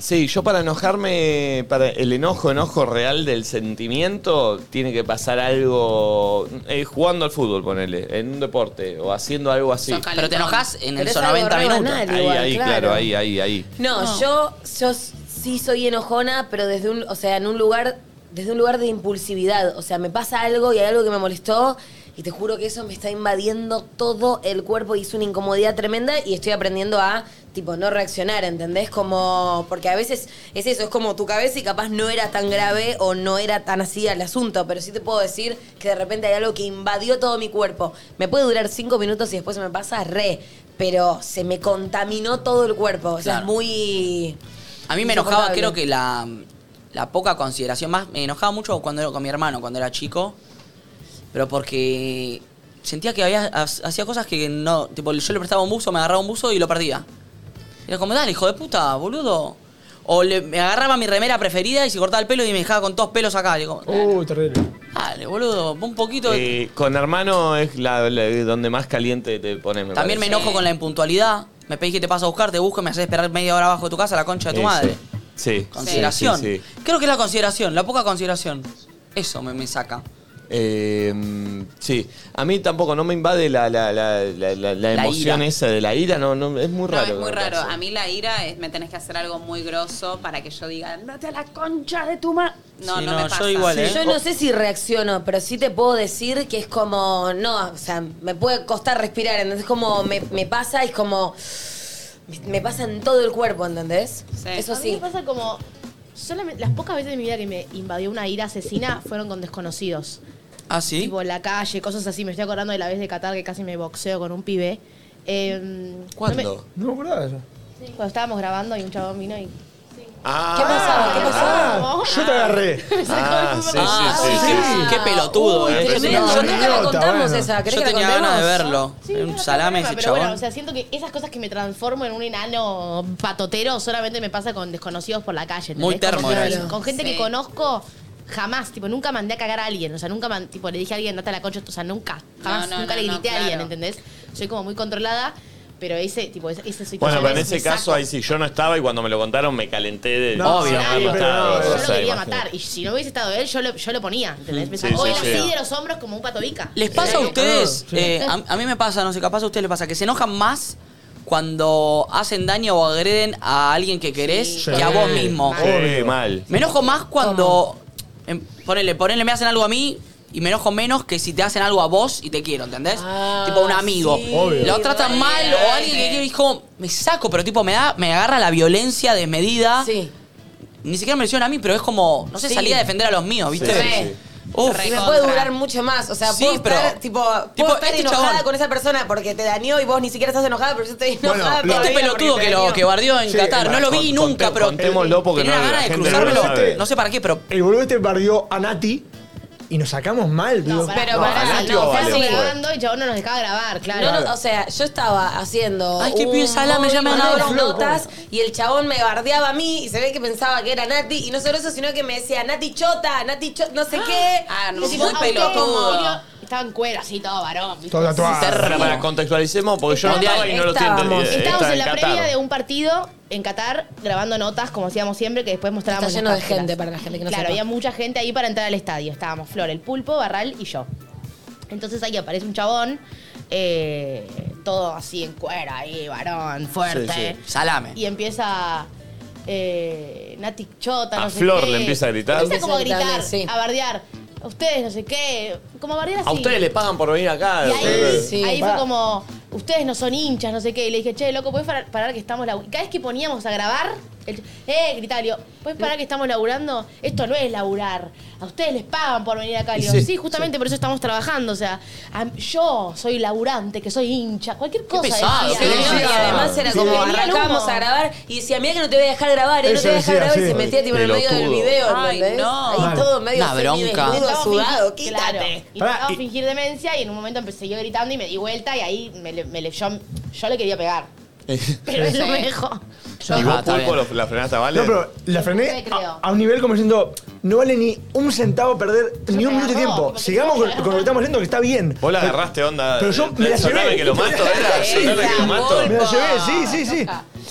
Sí, yo para enojarme, para el enojo, enojo real del sentimiento, tiene que pasar algo eh, jugando al fútbol, ponele, en un deporte o haciendo algo así. Sos Pero te calentón. enojás en Pero esos es algo 90 re minutos. banal Ahí, igual, ahí, claro. claro, ahí, ahí, ahí. No, yo, yo sí soy enojona, pero desde un, o sea, en un lugar, desde un lugar de impulsividad. O sea, me pasa algo y hay algo que me molestó y te juro que eso me está invadiendo todo el cuerpo y es una incomodidad tremenda y estoy aprendiendo a tipo no reaccionar, ¿entendés? Como porque a veces es eso, es como tu cabeza y capaz no era tan grave o no era tan así el asunto, pero sí te puedo decir que de repente hay algo que invadió todo mi cuerpo. Me puede durar cinco minutos y después se me pasa re, pero se me contaminó todo el cuerpo. O sea, es Claro. muy. A mí me enojaba, insoportable. creo que la, la poca consideración. Más me enojaba mucho cuando era con mi hermano, cuando era chico. Pero porque sentía que había, ha- hacía cosas que no. Tipo, yo le prestaba un buzo, me agarraba un buzo y lo perdía. Era como, dale, hijo de puta, boludo. O le- me agarraba mi remera preferida y se cortaba el pelo y me dejaba con todos pelos acá. Digo, Uy, terrible. dale, boludo, un poquito. de- Eh, con hermano es la, la- donde más caliente te pones. me También me parece. enojo con la impuntualidad. Me pedís que te paso a buscar, te busco y me haces esperar media hora abajo de tu casa la concha de tu Eh, madre. Sí. Sí, Consideración. sí, sí. Creo que es la consideración, la poca consideración. Eso me, me saca. Eh, mm, sí, a mí tampoco no me invade la, la, la, la, la- la emoción ira. esa de la ira, no, no es muy raro. No, es muy me raro. parece. A mí la ira es me tenés que hacer algo muy grosso para que yo diga, andate a la concha de tu madre. No, Sí, no, no, me yo pasa. igual, Sí, ¿eh? Yo no sé si reacciono, pero sí te puedo decir que es como, no, o sea, me puede costar respirar, entonces como me, me pasa y es como, me- me pasa en todo el cuerpo, ¿entendés? Eso A mí sí. me pasa como. Solamente, las pocas veces de mi vida que me invadió una ira asesina fueron con desconocidos. Ah, sí. Tipo en la calle, cosas así. Me estoy acordando de la vez de Qatar que casi me boxeo con un pibe. Eh, no ¿Cuándo? No me acordaba de eso. me- cuando estábamos grabando y un chabón vino y. Ah, ¿Qué pasaba? ¿Qué pasaba? yo te agarré. Ah, sí, sí, Ah, sí, sí, sí. Qué pelotudo, Uy, eh. tremendo. Yo tenía- Nunca la contamos bueno. esa, ¿querés Yo que la tenía contemos? ganas de verlo. Era un salame ese Pero chabón. bueno, o sea, siento que esas cosas que me transformo en un enano patotero solamente me pasa con desconocidos por la calle. ¿entendés? Muy termo Como era que- eso. Con gente que conozco jamás, tipo, nunca mandé a cagar a alguien. O sea, nunca man- tipo, le dije a alguien, date a la concha, o sea, nunca. Jamás, No, no, nunca le no, no, grité a alguien, claro. ¿entendés? Soy como muy controlada, pero ese, tipo, ese, ese soy Bueno, yo, pero en me ese saco. caso ahí sí, yo no estaba y cuando me lo contaron me calenté de No, de obvio, haberlo obvio, estado, Yo o lo sea, quería imagínate. matar. Y si no hubiese estado él, yo lo, yo lo ponía, ¿entendés? Me Sí, sacó sí, él sí. así de los hombros como un patobica. ¿Les pasa a ustedes? eh, a, a mí me pasa, no sé, capaz a ustedes les pasa que se enojan más cuando hacen daño o agreden a alguien que querés que a vos mismo. Sí, mal. Me enojo más cuando. em, ponele, ponele, me hacen algo a mí y me enojo menos que si te hacen algo a vos y te quiero, ¿entendés? tipo un amigo. sí. Obvio. Lo tratan mal o alguien que quiero y es como, me saco, pero tipo me da, me agarra la violencia desmedida. Sí. Ni siquiera me lesionan a mí, pero es como, no sé, Sí. salí a defender a los míos, ¿viste? Sí, sí. Uf. Y me puede durar mucho más. O sea, Sí, puedo estar, pero- tipo, puedo tipo, estar este enojada chabón. con esa persona porque te dañó y vos ni siquiera estás enojada, pero yo estoy enojada. Este todavía pelotudo porque que te lo dañó. que bardeó en Sí, Qatar, no lo vi con- nunca, pero contémoslo porque tenía no, ganas la de gente no cruzármelo. lo sabe. No sé para qué, pero Este, El boludo este barrió a Nati y nos sacamos mal. No, pero pará, no, no, pará, vale, sí. fue. grabando y yo no nos dejaba grabar, claro. No, no, o sea, yo estaba haciendo. Ay, qué pibe salame, ya me han un dado montón de flojo. notas y el chabón me bardeaba a mí y se ve que pensaba que era Nati. Y no solo eso, sino que me decía Nati Chota, Nati Chota, no sé qué. Ah, no, Y yo, muy ah, ustedes, pelotudo. ¿en serio? Estaba en cuero, así, todo varón. ¿viste? Todo tatuado. Para, para, contextualicemos porque yo no estaba y no lo estoy Estábamos- entendiendo. Estábamos Está en la Qatar. previa de un partido en Qatar grabando notas, como hacíamos siempre, que después mostrábamos. Está lleno las de páginas. gente, para la gente que no Claro, sepa. había mucha gente ahí para entrar al estadio. Estábamos Flor, el pulpo, Barral y yo. Entonces ahí aparece un chabón, eh, todo así en cuera, ahí, varón, fuerte. Sí, sí. Salame. Y empieza. eh, Nati Chota, A no sé Flor qué. le empieza a gritar. Empieza como a Empieza a gritar, gritarle, sí. a bardear. A ustedes, no sé qué. Como a bardear así. A ustedes les pagan por venir acá. Y ahí, ustedes- ahí fue como, ustedes no son hinchas, no sé qué. Y le dije, che, loco, ¿puedes parar, parar que estamos la... Cada vez que poníamos a grabar, el- eh, gritaba, le digo, pues para que estamos laburando, esto no es laburar. A ustedes les pagan por venir acá. Le digo, Sí, sí, justamente por eso estamos trabajando. O sea, a- yo soy laburante, que soy hincha, cualquier cosa. pesado, decía. qué pesado. Y además era como, arrancábamos a grabar y decía, mira que no te voy a dejar grabar, eh, no Eso te voy a dejar decía, grabar. sí. y se metía tipo en el medio del Pelotudo. video, Ay, ¿entendés? no. Ahí Mal. todo medio Una semidesnudo, Intentaba sudado, fingir- quítate. Claro. Intentaba fingir demencia y en un momento empecé yo gritando y me di vuelta y ahí me, le- me le- yo, yo le (laughs) quería pegar. Pero él no me dejó. ¿Y vos, Ah, está Pulpo, lo- la frenaste a Vale? No, pero la frené a, a un nivel como diciendo, no vale ni un centavo perder ni un minuto de tiempo. Sigamos con, con lo que estamos haciendo, que está bien. Vos la agarraste onda. Pero yo me la Soname llevé. que lo mato, (laughs) ¿era? Soname que lo mato. Me la llevé, sí, sí, sí.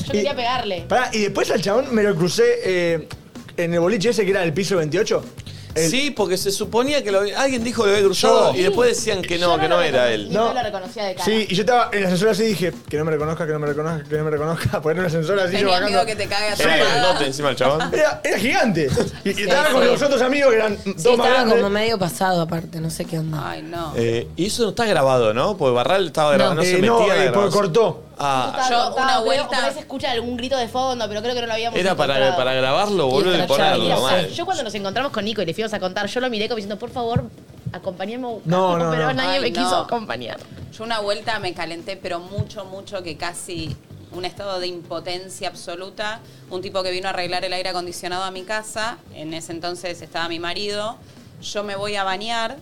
Yo quería pegarle. Pará, y después al chabón me lo crucé eh, en el boliche ese que era el piso 28. Sí, porque se suponía que lo había- alguien dijo que lo había cruzado Yo. y después decían que no, que no era él. Ni no. lo reconocía de cara. Sí, y yo estaba en el ascensor así y dije, que no me reconozca, que no me reconozca, que no me reconozca. (laughs) Pues Poner en el ascensor así yo Tenía bajando. miedo que te cague a Era grandote encima el chabón. Era, era gigante. Y, y Sí, estaba con sí. los otros amigos que eran dos Sí, más estaba grandes. como medio pasado aparte, no sé qué onda. Ay, no. Eh, y eso no está grabado, ¿no? Porque Barral estaba grabado, no, No. se Eh, metía. no, en la eh, porque grabación. cortó. Ah, Estaba Yo, cortado, una creo- vuelta- o A veces escucha algún grito de fondo, pero creo que no lo habíamos era para, encontrado. para grabarlo, boludo, y Mira, ponerlo, o sea, mal. Yo cuando nos encontramos con Nico y le fuimos a contar, yo lo miré como diciendo, por favor, acompáñame. a buscar", No, no, pero no. nadie Ay, me no. quiso acompañar. Yo una vuelta me calenté, pero mucho, mucho, que casi un estado de impotencia absoluta. Un tipo que vino a arreglar el aire acondicionado a mi casa, en ese entonces estaba mi marido, yo me voy a bañar,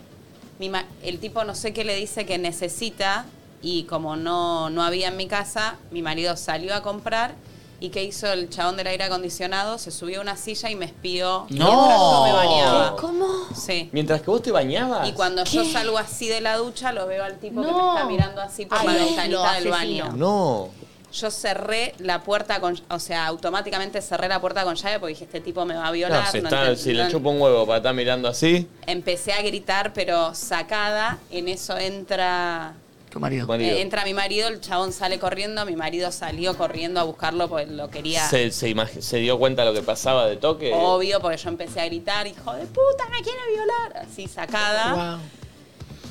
mi ma- el tipo no sé qué le dice que necesita y como no, no había en mi casa, mi marido salió a comprar. ¿Y qué hizo el chabón del aire acondicionado? Se subió a una silla y me espió mientras yo me bañaba. ¿Cómo? Sí. Mientras que vos te bañabas. Y cuando yo salgo así de la ducha, lo veo al tipo que me está mirando así por la Ay, ventanita no, del baño. No. Yo cerré la puerta con, o sea, automáticamente cerré la puerta con llave porque dije, este tipo me va a violar. No, si, no está, enten- si le no- chupa un huevo para estar mirando así. Empecé a gritar, pero sacada. En eso entra Tu marido. eh, entra mi marido, el chabón sale corriendo, mi marido salió corriendo a buscarlo porque lo quería. se, se, imag- se dio cuenta de lo que pasaba de toque. Obvio, porque yo empecé a gritar, hijo de puta, me quiere violar. Así, sacada.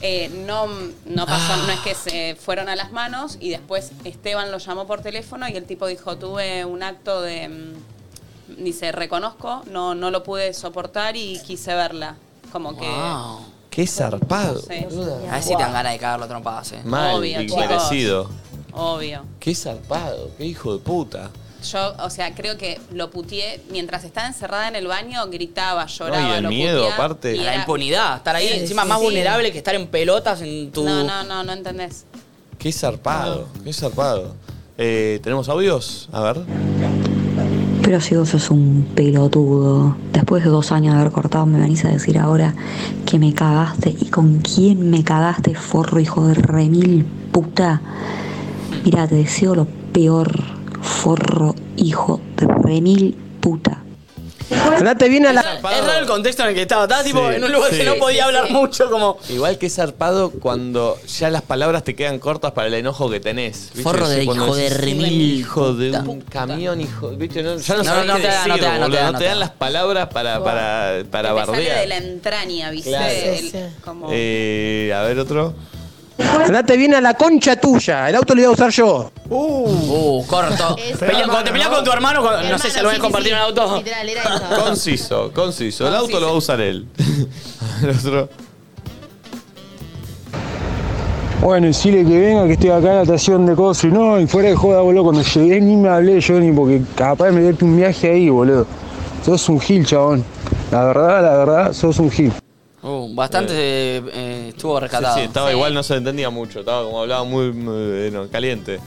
Eh, no, no pasó, no es que se fueron a las manos y después Esteban lo llamó por teléfono y el tipo dijo, tuve un acto de, mm, dice, reconozco, no, no lo pude soportar y quise verla. Como que... Wow. Qué zarpado. Sí. A ver si te dan ganas de cagarlo a trompadas, eh. Mal, Obvio, y chicos. merecido. Obvio. Qué zarpado, qué hijo de puta. Yo, o sea, creo que lo puteé, mientras estaba encerrada en el baño, gritaba, No, lloraba. y el lo miedo, puteaba. aparte. Y La era- impunidad. Estar ahí Sí, encima sí, más sí. vulnerable que estar en pelotas en tu. No, no, no, no entendés. Qué zarpado, qué zarpado. Eh, ¿Tenemos audios? A ver. Pero si vos sos un pelotudo, después de dos años de haber cortado, me venís a decir ahora que me cagaste y con quién me cagaste, forro hijo de remil puta. Mira, te deseo lo peor, forro hijo de remil puta. Andate bien a la. Es raro el contexto en el que estaba. Estaba tipo Sí, en un lugar sí. que no podía hablar mucho, como. Igual que es zarpado cuando ya las palabras te quedan cortas para el enojo que tenés. ¿viste? Forro de Sí, cuando hijo de decís, remil, Hijo de un puta. camión, hijo. ¿Viste? No, ya no, No, no te sabés qué dan, no decir, te dan, no te boludo. dan, No no te te dan dan. las palabras para, para, para Te sale de bardear. la entraña, ¿viste? Claro. El- como... Eh, a ver otro. Andate bien a la concha tuya. El auto lo iba a usar yo. Uh, corto. Pelea- cuando te peleas con tu hermano, cuando- no sé si lo voy a compartir en un auto. Literal, era eso. Conciso, conciso. El auto lo va a usar él. (laughs) A ver otro. Bueno, decirle que venga, que estoy acá en la estación de cosas. No, y fuera de joda, boludo. Cuando llegué ni me hablé yo ni porque capaz de meterte un viaje ahí, boludo. Sos un gil, chabón. La verdad, la verdad, sos un gil. Uh, bastante eh, eh, estuvo Sí, rescatado. sí, estaba igual, no se entendía mucho. Estaba como hablaba muy, muy, eh, no, caliente.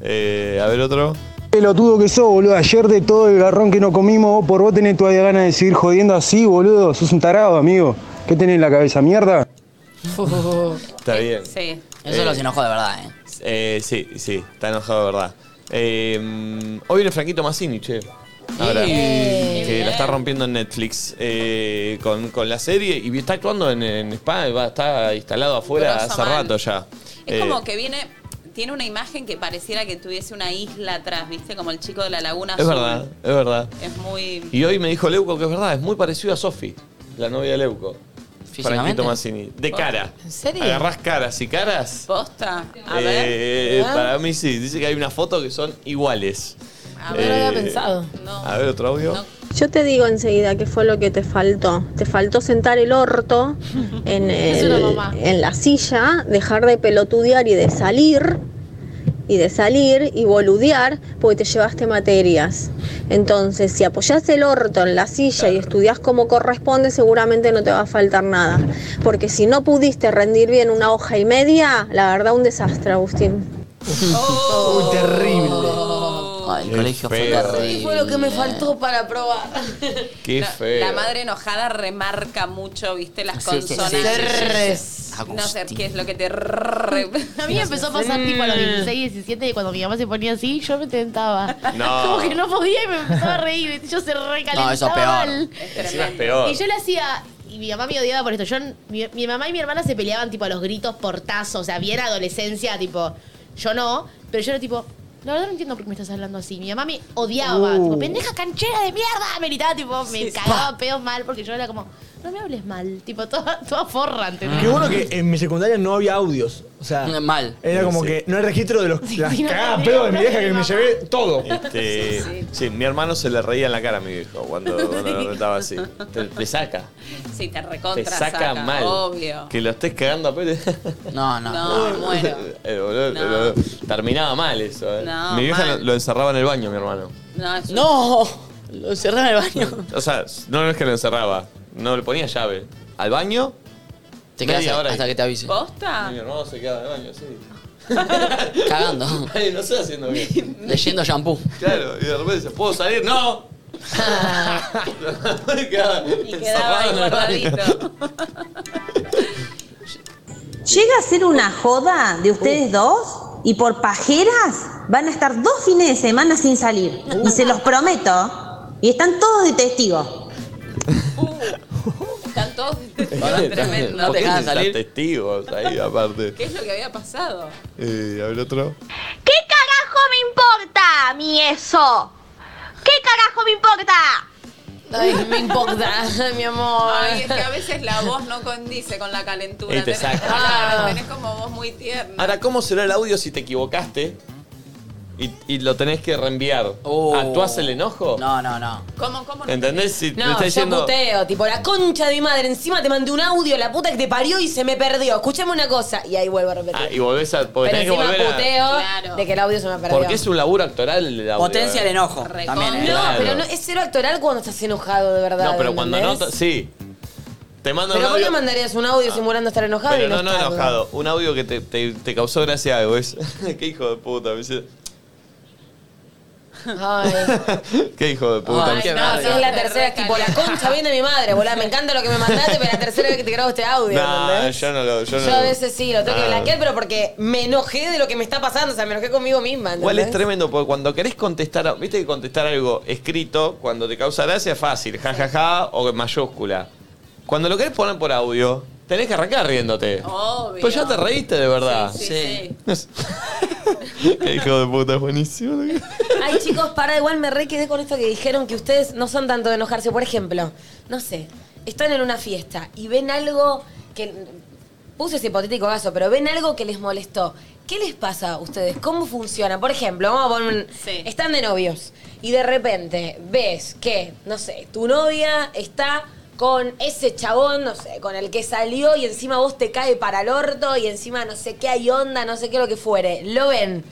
Eh, a ver (laughs) otro. Pelotudo que sos, boludo. Ayer de todo el garrón que no comimos, vos por vos tenés todavía ganas de seguir jodiendo así, boludo. Sos un tarado, amigo. ¿Qué tenés en la cabeza, mierda? Está bien. Sí. Eso Eh, los enojó de verdad, eh. Eh, sí, sí, está enojado de verdad. Eh, hoy viene Franquito Massini, che. Ahora, Eh. que la está rompiendo en Netflix eh, con, con la serie y está actuando en, en Spa, va, está instalado afuera Grosso hace man. rato ya. Es Eh, como que viene, tiene una imagen que pareciera que tuviese una isla atrás, ¿viste? Como el chico de la laguna es azul. verdad, es verdad. Es muy... Y hoy me dijo Leuco que es verdad, es muy parecido a Sofi, la novia de Leuco. ¿Físicamente? Franquito Massini. De cara. ¿En serio? Agarrás caras y caras. ¿Posta? A Eh, ver. Para mí sí, dice que hay una foto que son iguales. no lo había Eh, pensado. A ver, otro audio. Yo te digo enseguida qué fue lo que te faltó. Te faltó sentar el orto en, (laughs) Es el- una mamá. en la silla, dejar de pelotudear y de salir, y de salir y boludear, porque te llevaste materias. Entonces, si apoyás el orto en la silla y estudiás como corresponde, seguramente no te va a faltar nada. Porque si no pudiste rendir bien una hoja y media, la verdad, un desastre, (laughs) Agustín. Uy, terrible. Ay, el colegio fue feo. eh. ¿Qué fue lo que me faltó para probar? Qué feo. La madre enojada remarca mucho, viste, las Sí, sí, sí, consonantes. sí, sí. No sé qué es lo que te... re- A mí me empezó a pasar tipo a Mm. los 16, 17 y cuando mi mamá se ponía así, yo me tentaba. No. (laughs) Como que no podía y me empezaba a reír. ¿viste? Yo se recalentaba No, eso es peor. mal. Encima es peor. Y yo le hacía. Y mi mamá me odiaba por esto. Yo, mi, mi mamá y mi hermana se peleaban tipo a los gritos, portazos, o sea, bien adolescencia, tipo. Yo no, pero yo era tipo. La verdad no entiendo por qué me estás hablando así. Mi mamá me odiaba. Uh. Tipo, pendeja canchera de mierda. Me gritaba, tipo, me cagaba peos mal porque yo era como, no me hables mal. Tipo, toda, toda forra, ¿entendés? Qué bueno que en mi secundaria no había audios. O sea, Mm, mal. Era como Sí. que no hay registro de los las Sí, no, cagadas no, pedos de no, mi vieja que me llevé todo. Este, sí, mi hermano se le reía en la cara a mi viejo cuando, cuando lo retaba así. Te, te saca. Sí, te Te recontra saca, mal. Obvio. Que lo estés cagando a pele. No, No, muero. (laughs) Eh, boludo, boludo. Terminaba mal eso. eh. No, mi vieja mal. lo, lo encerraba en el baño, mi hermano. No, es un- No, lo encerré en el baño. (laughs) O sea, no, no es que lo encerraba. No le ponía llave. Al baño. Te quedas media ahí hora ahí. hasta que te avise. ¿Posta? Mi hermano se quedaba en el baño, sí. Cagando. Ay, no sé haciendo bien. Leyendo shampoo. Claro, y de repente dice, ¿puedo salir? ¡No! y quedaba (laughs) ahí (laughs) guardadito. Llega a ser una joda de ustedes dos y por pajeras van a estar dos fines de semana sin salir. Y se los prometo. Y están todos de testigo. Están todos... No te dejaban salir. testigos ahí, aparte. ¿Qué es lo que había pasado? Eh, a ver otro. ¿Qué carajo me importa a mí eso? ¿Qué carajo me importa? Ay, me importa, (laughs) mi amor. Ay, es que a veces la voz no condice con la calentura. Y te Tenés- saca. Ah. Claro, Tenés como voz muy tierna. Ahora, ¿cómo será el audio si te equivocaste y, y lo tenés que reenviar? ¿Actuás el enojo? Oh. No, no, no. ¿Cómo, cómo ¿Entendés? Si te No, está yo diciendo. puteo, tipo, la concha de mi madre, encima te mandé un audio, la puta que te parió y se me perdió. Escuchame una cosa. Y ahí vuelvo a repetir. Ah, y volvés a. Pero Porque tenés que encima volver a. puteo de que el audio se me perdió. Porque es un laburo actoral el audio. eh. Potencia el enojo. También, No, eh. pero no, es cero actoral cuando estás enojado, de verdad. No, pero cuando no. ¿entendés? Sí. Te mando Pero un vos le audio. mandarías un audio simulando estar enojado Ah. Pero y no, no, no estarlo. enojado. Un audio que te, te- te causó gracia algo. Es, (laughs) qué hijo de puta. me dice, Ay. Qué hijo de puta. me Ay, dice, no, si es la tercera, es tipo, (laughs) la concha viene de mi madre, boludo. Me encanta lo que me mandaste, pero la tercera vez que te grabo este audio. No, ¿entendés? yo no lo. Yo, no Yo a lo- veces sí, lo tengo que Ah. blanquear, pero porque me enojé de lo que me está pasando, o sea, me enojé conmigo misma. ¿entendés? Igual es tremendo, porque cuando querés contestar, a- viste que contestar algo escrito, cuando te causa gracia es fácil, jajaja o en mayúscula. Cuando lo querés poner por audio, tenés que arrancar riéndote. Obvio. Pues ya te reíste de verdad. Sí, sí, Qué hijo de puta, es buenísimo. Ay, chicos, para, igual me re quedé con esto que dijeron que ustedes no son tanto de enojarse. Por ejemplo, no sé, están en una fiesta y ven algo que. Puse ese hipotético caso, pero ven algo que les molestó. ¿Qué les pasa a ustedes? ¿Cómo funciona? Por ejemplo, vamos a poner. un- Están de novios y de repente ves que, no sé, tu novia está con ese chabón, no sé, con el que salió y encima vos te cae para el orto y encima no sé qué hay onda, no sé qué lo que fuere. Lo ven.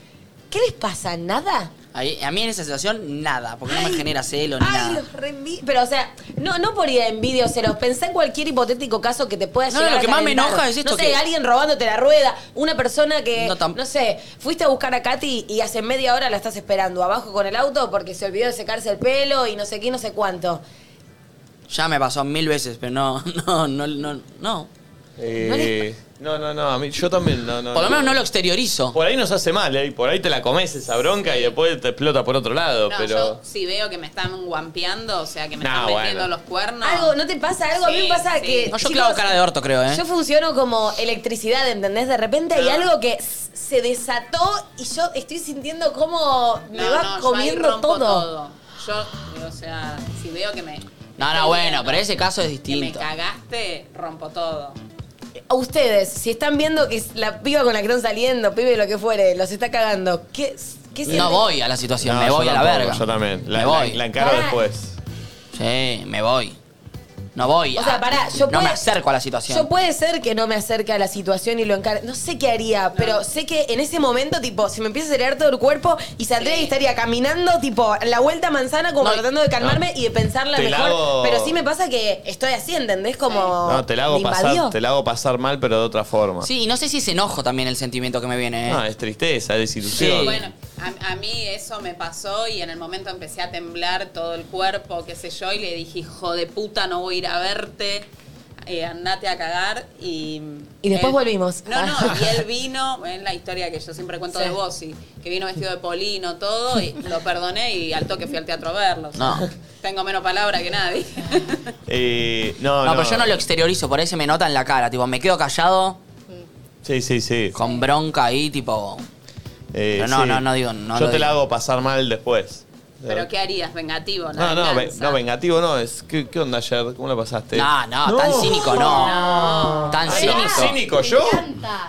¿Qué les pasa? ¿Nada? Ahí- a mí en esa situación, nada, porque no me genera celo ni Ay, nada. los reenvi- Pero, o sea, no, no por ir a envidia o celos. Pensá en cualquier hipotético caso que te pueda No, llegar lo a que más me calentar. enoja es esto No sé, que- alguien robándote la rueda. Una persona que, No no, tam- sé, fuiste a buscar a Katy y hace media hora la estás esperando abajo con el auto porque se olvidó de secarse el pelo y no sé qué, no sé cuánto. Ya me pasó mil veces, pero no, (laughs) no, no, no, no. Eh, no, no, no, a mí, yo también no, no. Por lo menos no lo exteriorizo. Por ahí nos hace mal, ¿eh? por ahí te la comes esa bronca y después te explota por otro lado, No, pero. yo si veo que me están guampeando, o sea, que me No, están bueno. metiendo los cuernos. Algo, ¿no te pasa algo? a mí me Sí, pasa sí. que. No, yo chicos, clavo cara de orto, creo, ¿eh? Yo funciono como electricidad, ¿entendés? De repente hay algo que s- se desató y yo estoy sintiendo como me No, va no, yo ahí comiendo todo. rompo todo. Yo, o sea, si veo que me No, no, bueno, pero ese caso es distinto. cagaste, rompo todo. a ustedes, si están viendo que es la piba con la que están saliendo, pibe lo que fuere, los está cagando, ¿qué, qué sienten? No voy a la situación, No, me yo voy a la tampoco, verga. yo también. La- me la- voy. la encaro Pará. después. Sí, me voy. No voy. O sea, a- pará, yo no puedo- me acerco a la situación. Yo puede ser que no me acerque a la situación y lo encargue. No sé qué haría, pero sé que en ese momento, tipo, se me empieza a acelerar todo el cuerpo y saldría y estaría caminando, tipo, la vuelta a manzana, como tratando de calmarme y de pensarla Te la mejor. hago- Pero sí me pasa que estoy así, ¿entendés? Como. No, te la hago me invadió. pasar, te la hago pasar mal, pero de otra forma. Sí, y no sé si es enojo también el sentimiento que me viene. ¿eh? No, es tristeza, es desilusión. Bueno, a, a mí eso me pasó y en el momento empecé a temblar todo el cuerpo, qué sé yo, y le dije, hijo de puta, no voy a ir a verte, eh, andate a cagar. Y, Y después él- volvimos. No, no, Ah. y él vino, en la historia que yo siempre cuento Sí. de Bossi, que vino vestido de polino, todo, y lo perdoné y al toque fui al teatro a verlo. No. Tengo menos palabra que nadie. Eh, no, no, no. pero yo no lo exteriorizo, por ahí se me nota en la cara. Tipo, me quedo callado. Sí, sí, sí. Con bronca ahí, tipo. Eh, Pero no, sí. no, no digo. No Yo lo te la digo. hago pasar mal después. Pero ¿qué harías? Vengativo, ¿no? No, no, ve- Venganza. no, vengativo no. Es, ¿qué, qué onda ayer? ¿Cómo la pasaste? No, no, tan cínico no. Tan Ay, cínico. ¿Cínico yo?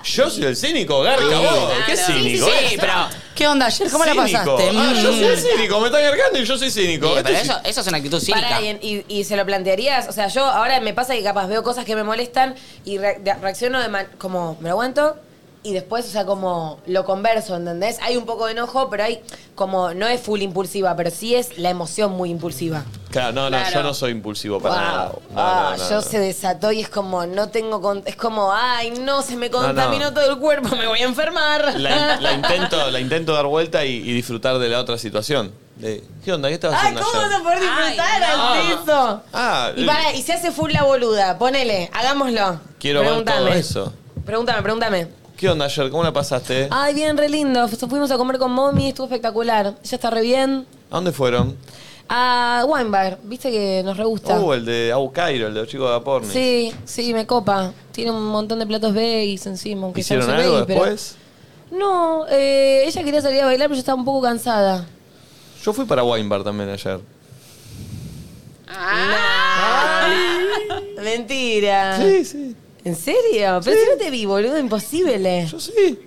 Yo soy el cínico, Garca, Sí. vos. ¿Qué Claro. cínico? Sí, sí, sí, eh? pero. ¿Qué onda ayer? ¿Cómo la Cínico. pasaste? Ah, yo soy el Mm. cínico, me están cargando y yo soy cínico. Sí, Esto pero es- eso, eso es una actitud cínica. Pará, y, en- y- y se lo plantearías, o sea, yo ahora me pasa que capaz veo cosas que me molestan y re- de- reacciono de man- como, me lo aguanto y después, o sea, como lo converso, ¿entendés? Hay un poco de enojo, pero hay como, no es full impulsiva, pero sí es la emoción muy impulsiva. Claro, no, no, Claro. yo no soy impulsivo para Wow. nada. No, Ah, no, no, yo no. se desató y es como, no tengo, con- es como, ay, no, se me No, no. contaminó todo el cuerpo, me voy a enfermar. La, in- la intento, la intento dar vuelta y, y disfrutar de la otra situación. De, ¿Qué onda? ¿Qué estabas (laughs) Ay, haciendo ¿cómo vas ayer? a poder disfrutar Ay, al eso? Ah, Y para, y se hace full la boluda, ponele, hagámoslo. quiero ver todo Pregúntame. eso. Pregúntame, pregúntame. ¿Qué onda ayer? ¿Cómo la pasaste? Ay, bien, re lindo. Fu- Fuimos a comer con mommy, estuvo espectacular. Ella está re bien. ¿A dónde fueron? A Wine Bar, viste que nos re gusta. Uh, el de Abu Cairo, el de los chicos de Aporni. sí, sí, me copa. Tiene un montón de platos veggies encima, aunque ya no ¿Hicieron soy algo veggie, pero- después? No, eh, ella quería salir a bailar, pero yo estaba un poco cansada. Yo fui para Wine Bar también ayer. Mentira. Sí, sí. ¿En serio? Pero si no te vi, boludo, imposible. Yo sí.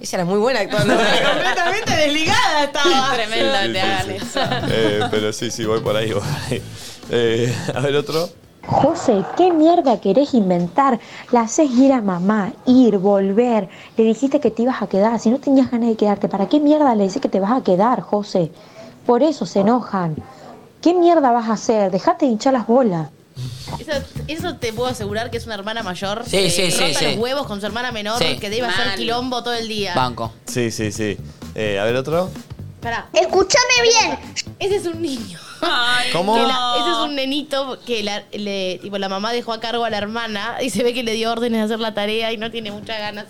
Ella era muy (laughs) buena actuando. completamente desligada estaba. Tremenda, Sí, sí, te sí, hagan sí. eso. Eh, pero sí, sí, voy por ahí. voy por ahí. Eh, (laughs) a ver, otro. José, ¿qué mierda querés inventar? La haces ir a mamá, ir, volver. Le dijiste que te ibas a quedar. Si no tenías ganas de quedarte, ¿para qué mierda le dices que te vas a quedar, José? Por eso se enojan. ¿Qué mierda vas a hacer? Dejate de hinchar las bolas. Eso, eso te puedo asegurar que es una hermana mayor. Sí, que sí, sí, rota sí. los huevos con su hermana menor Sí. que debe hacer quilombo todo el día. Banco. Sí, sí, sí. Eh, a ver, otro. Pará. Escúchame bien. Ese es un niño. ¿Cómo? Que la- ese es un nenito que la, le- tipo, la mamá dejó a cargo a la hermana y se ve que le dio órdenes de hacer la tarea y no tiene muchas ganas.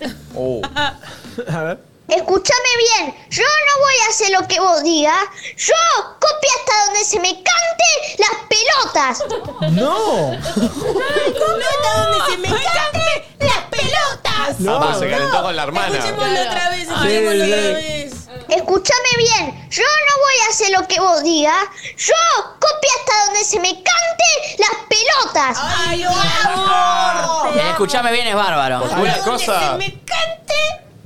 A ver. Escúchame bien, yo no voy a hacer lo que vos digas. Yo copio hasta donde se me canten las pelotas. ¡No! (laughs) ¡Copio hasta donde se me canten las pelotas! No, pero se calentó con la hermana. otra vez, escuchémoslo Sí, otra sí. Escúchame bien, yo no voy a hacer lo que vos digas. Yo copio hasta donde se me canten las pelotas. ¡Ay, El escuchame bien es bárbaro. Porque una cosa, cante!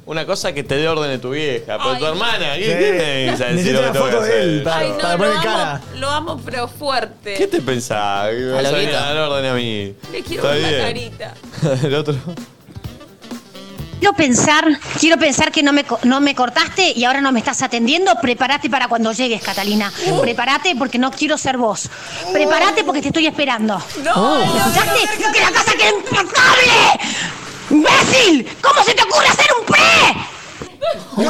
una cosa que te dé orden de tu vieja, pero tu hermana, ¿qué Sí. tienes a decir Necesito lo que una tengo que foto de hacer? él para- Ay, no, para lo poner amo, cara. lo amo, pero fuerte. ¿Qué te pensás? ¿Me vas a venir loquito. a dar orden a mí? Le quiero Está ver la bien. carita. (laughs) El otro. Quiero pensar, quiero pensar que no me, co- no me cortaste y ahora no me estás atendiendo. Prepárate para cuando llegues, Catalina. Prepárate porque no quiero ser vos. Prepárate porque te estoy esperando. Oh. ¿Escuchaste? ¡Que la casa quede impecable! ¡Imbécil! ¿Cómo se te ocurre hacer un pre?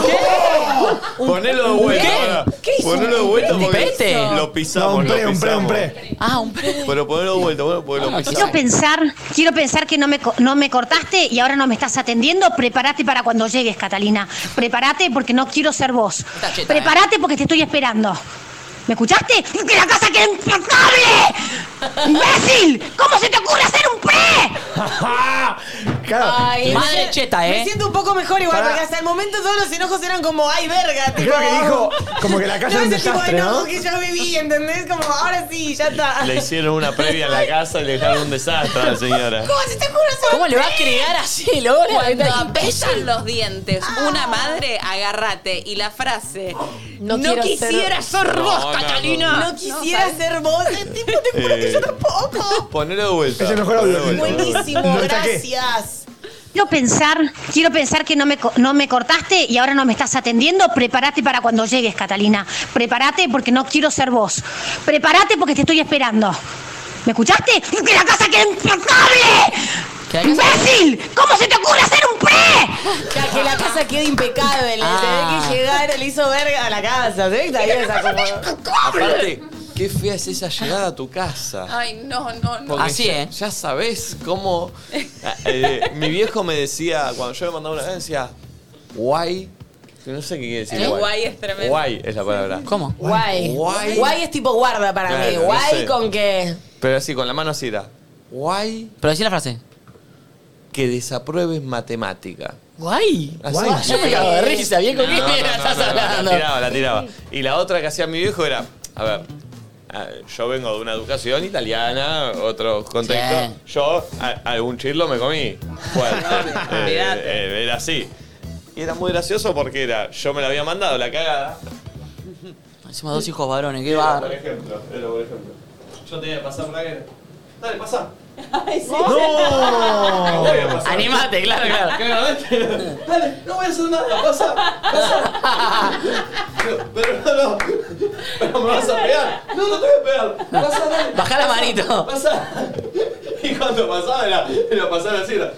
Ponelo de vuelta. ¿Qué? ahora. ¿Qué hizo? Ponelo de vuelta ¿Un porque pete? lo pisamos. No, un pre, lo un pre, pisamos. un Ah, un pre. Pero ponelo de vuelta, bueno, porque lo Quiero pisamos. pensar, quiero pensar que no me, co- no me cortaste y ahora no me estás atendiendo. Prepárate para cuando llegues, Catalina. Prepárate porque no quiero ser vos. cheta, Prepárate porque te estoy esperando. ¿Me escuchaste? ¡Que la casa quede impecable! ¡Imbécil! ¿Cómo se te ocurre hacer un pre? Claro. Ay, Madre me- cheta, ¿eh? Me siento un poco mejor igual, Pará. porque hasta el momento todos los enojos eran como, ay, verga. Creo tipo- "Oh". que dijo, como que la casa no, era un ese tipo de desastre, enojo ¿no? que yo viví, ¿entendés? Como, ahora sí, ya está. Le hicieron una previa a la casa y le dejaron un desastre a la señora. ¿Cómo se te ocurre hacer ¿Cómo un le va a tren? crear así, Lola? Cuando Está apretan los dientes, una madre, agárrate. Y la frase, no, quiero ser- quisiera ser, vos, No, no, Catalina. no, no. No quisiera ser vos. eh, tipo, te juro que Eh. yo tampoco. Ponelo de vuelta. Es el mejor Ponelo de audio. vuelta. (laughs) Buenísimo, Lo saqué. gracias. Quiero pensar, quiero pensar que no me, co- no me cortaste y ahora no me estás atendiendo. Prepárate para cuando llegues, Catalina. Prepárate porque no quiero ser vos. Prepárate porque te estoy esperando. ¿Me escuchaste? ¡Que la casa quede impecable! ¡Imbécil! ¿Cómo se te ocurre hacer un pre? O sea, que la casa quede impecable. Le Ah. tenés que llegar, le hizo verga a la casa. ¿Sabés que está bien esa Aparte, qué fea es esa llegada a tu casa. Ay, no, no, no. Porque ya, ¿eh? Ya sabes cómo. Eh, mi viejo me decía, cuando yo le mandaba una vez, decía, guay. que No sé qué quiere decir. ¿Eh? Guay es tremendo. Guay es la palabra. ¿Cómo? Guay. Guay. Guay es tipo guarda para Claro, mí. no Guay sé. con que. Pero así, con la mano así era. Guay Pero decí la frase. que desapruebes matemática. Guay. Así. Guay. Yo me cago de risa, viejo. ¿Qué No, (laughs) no, mierda no, estás no, no, hablando? La tiraba, la tiraba. Y la otra que hacía mi viejo era, a ver, a ver, yo vengo de una educación italiana, otro contexto. Yo a- algún chirlo me comí. (laughs) Fuerte. Eh, eh, era así. Y era muy gracioso porque era, yo me la había mandado la cagada. Encima dos hijos varones, qué Era, barro. Por ejemplo, era, por ejemplo. Yo tenía que pasar por acá. Dale, (laughs) pasá. ¡No! Voy a pasar. Animate, claro, claro. Claramente. Dale, no voy a hacer nada, pasa, (laughs) pasa. No, Pero no, no. Pero me vas a pegar. No, no te voy a pegar. Pasa, dale. Bajá la manito. Pasa. Y cuando pasaba era, era pasar así. Era.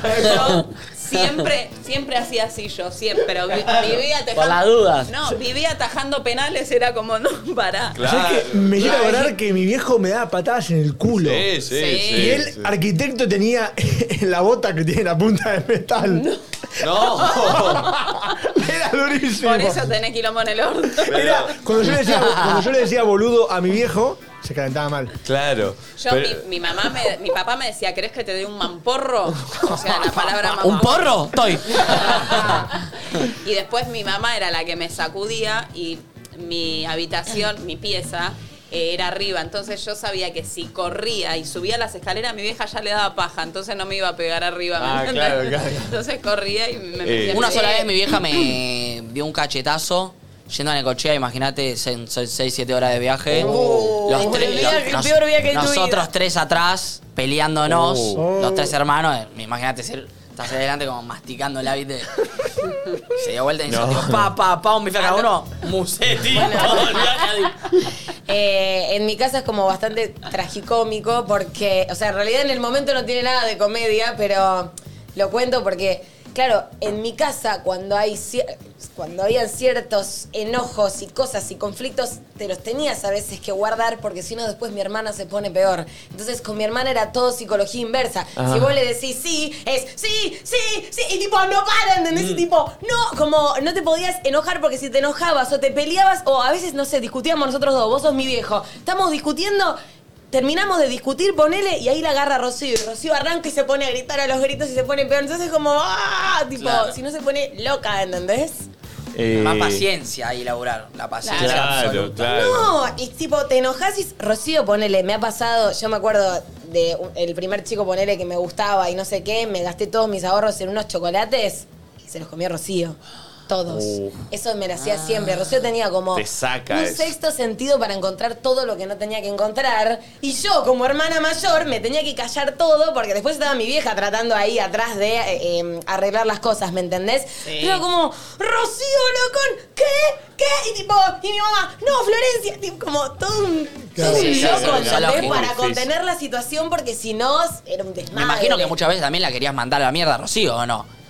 ¿Sabes? Yo siempre, siempre hacía así yo, siempre. Pero vi- vivía atajando. Por las dudas. No, vivía atajando penales, era como, no, pará. Yo es que me llega a acordar que mi viejo me daba patadas en el culo. Sí, sí, sí. Y él, sí. arquitecto, tenía (laughs) la bota que tiene la punta de metal. No. (laughs) Era durísimo. Por eso tenés quilombo en el horno. Era, cuando, yo le decía, cuando yo le decía boludo a mi viejo, se calentaba mal. Claro. Yo, mi, mi mamá, me- mi papá me decía, ¿querés que te dé un mamporro? O sea, la palabra mamá. ¿Un porro? Estoy. Y después mi mamá era la que me sacudía y mi habitación, mi pieza, eh, era arriba. Entonces yo sabía que si corría y subía las escaleras, mi vieja ya le daba paja. Entonces no me iba a pegar arriba. ¿me Ah, entendés? claro, claro. Eh, Entonces corría y me Eh, metía. Una sola vez mi vieja me (clears throat) dio un cachetazo yendo en el cochea, imagínate, 6-7 horas de viaje. los Oh, el tres, viaje, el peor viaje de tu nosotros vida. tres atrás, peleándonos, Oh. los tres hermanos, eh, imagínate ser. Estás ahí adelante como masticando el (laughs) hábito. Se dio vuelta y dice, No. tipo, pa, pa, pa, un bife a cada Ah, uno. Musetti. Eh, en mi casa es como bastante tragicómico porque, o sea, en realidad en el momento no tiene nada de comedia, pero lo cuento porque, claro, en mi casa cuando hay cier- cuando habían ciertos enojos y cosas y conflictos, te los tenías a veces que guardar porque si no después mi hermana se pone peor. Entonces con mi hermana era todo psicología inversa. Ah. Si vos le decís sí, es sí, sí, sí, y tipo no para, ¿entendés? Y tipo, no, como no te podías enojar porque si te enojabas o te peleabas o a veces, no sé, discutíamos nosotros dos, vos sos mi viejo, estamos discutiendo... Terminamos de discutir, ponele, y ahí la agarra Rocío. Y Rocío arranca y se pone a gritar a los gritos y se pone peor. Entonces es como, ¡ah! Tipo, Claro. si no se pone loca, ¿entendés? Eh, Más paciencia ahí laburar, la paciencia Claro, absoluta. claro. No, y tipo, te enojas y Rocío, ponele, me ha pasado, yo me acuerdo de un- el primer chico, ponele, que me gustaba y no sé qué, me gasté todos mis ahorros en unos chocolates y se los comió Rocío. Todos. Uh. Eso me lo hacía siempre. Rocío tenía como Te saca un eso. sexto sentido para encontrar todo lo que no tenía que encontrar. Y yo, como hermana mayor, me tenía que callar todo porque después estaba mi vieja tratando ahí atrás de eh, eh, arreglar las cosas, ¿me entendés? Pero como, Rocío, loco, ¿qué? ¿Qué? Y tipo, y mi mamá, no, Florencia, tipo, como todo un, todo un Sí, sí, sí, loco, sí, sí, ¿entendés? sí. Para Difícil. contener la situación porque si no, era un desmadre. Me imagino que muchas veces también la querías mandar a la mierda, Rocío, ¿o no?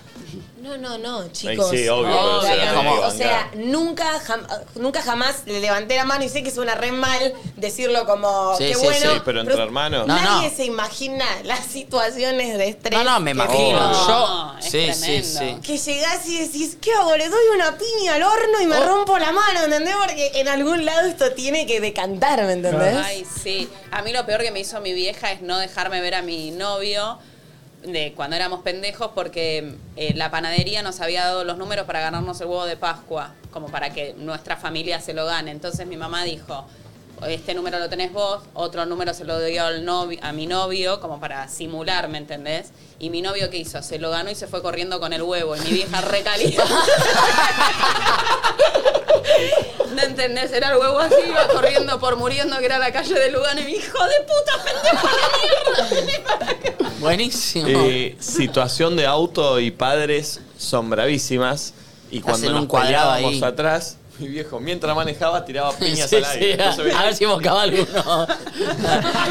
No, no, no, chicos. sí, obvio, pero se Obvio. la tenés que o sea, bancar. nunca, jam- nunca jamás le levanté la mano y sé que suena re mal decirlo como Sí, qué sí, bueno. sí, pero entre hermanos. No, Nadie se imagina las situaciones de estrés. No, no, me que imagino. vivo. Yo. Sí, sí, sí. Que llegás y decís, ¿qué hago? Le doy una piña al horno y me Oh. rompo la mano, ¿entendés? Porque en algún lado esto tiene que decantar, ¿me entendés? Ay, sí. A mí lo peor que me hizo mi vieja es no dejarme ver a mi novio de cuando éramos pendejos porque eh, la panadería nos había dado los números para ganarnos el huevo de Pascua, como para que nuestra familia se lo gane. Entonces mi mamá dijo, este número lo tenés vos, otro número se lo doy al novio, a mi novio, como para simular, ¿me entendés? Y mi novio, ¿qué hizo? Se lo ganó y se fue corriendo con el huevo. Y mi vieja (laughs) recalienta. ¿No entendés? Era el huevo así, iba corriendo por muriendo, que era la calle de Lugano, y mi hijo de puta, pendejo de mierda. Buenísimo. Eh, situación de auto y padres son bravísimas. Y cuando Hacen un nos cuadrado peleábamos ahí. atrás, mi viejo, mientras manejaba, tiraba piñas Sí, al aire. sí, No se veía. a ver si evocaba alguno.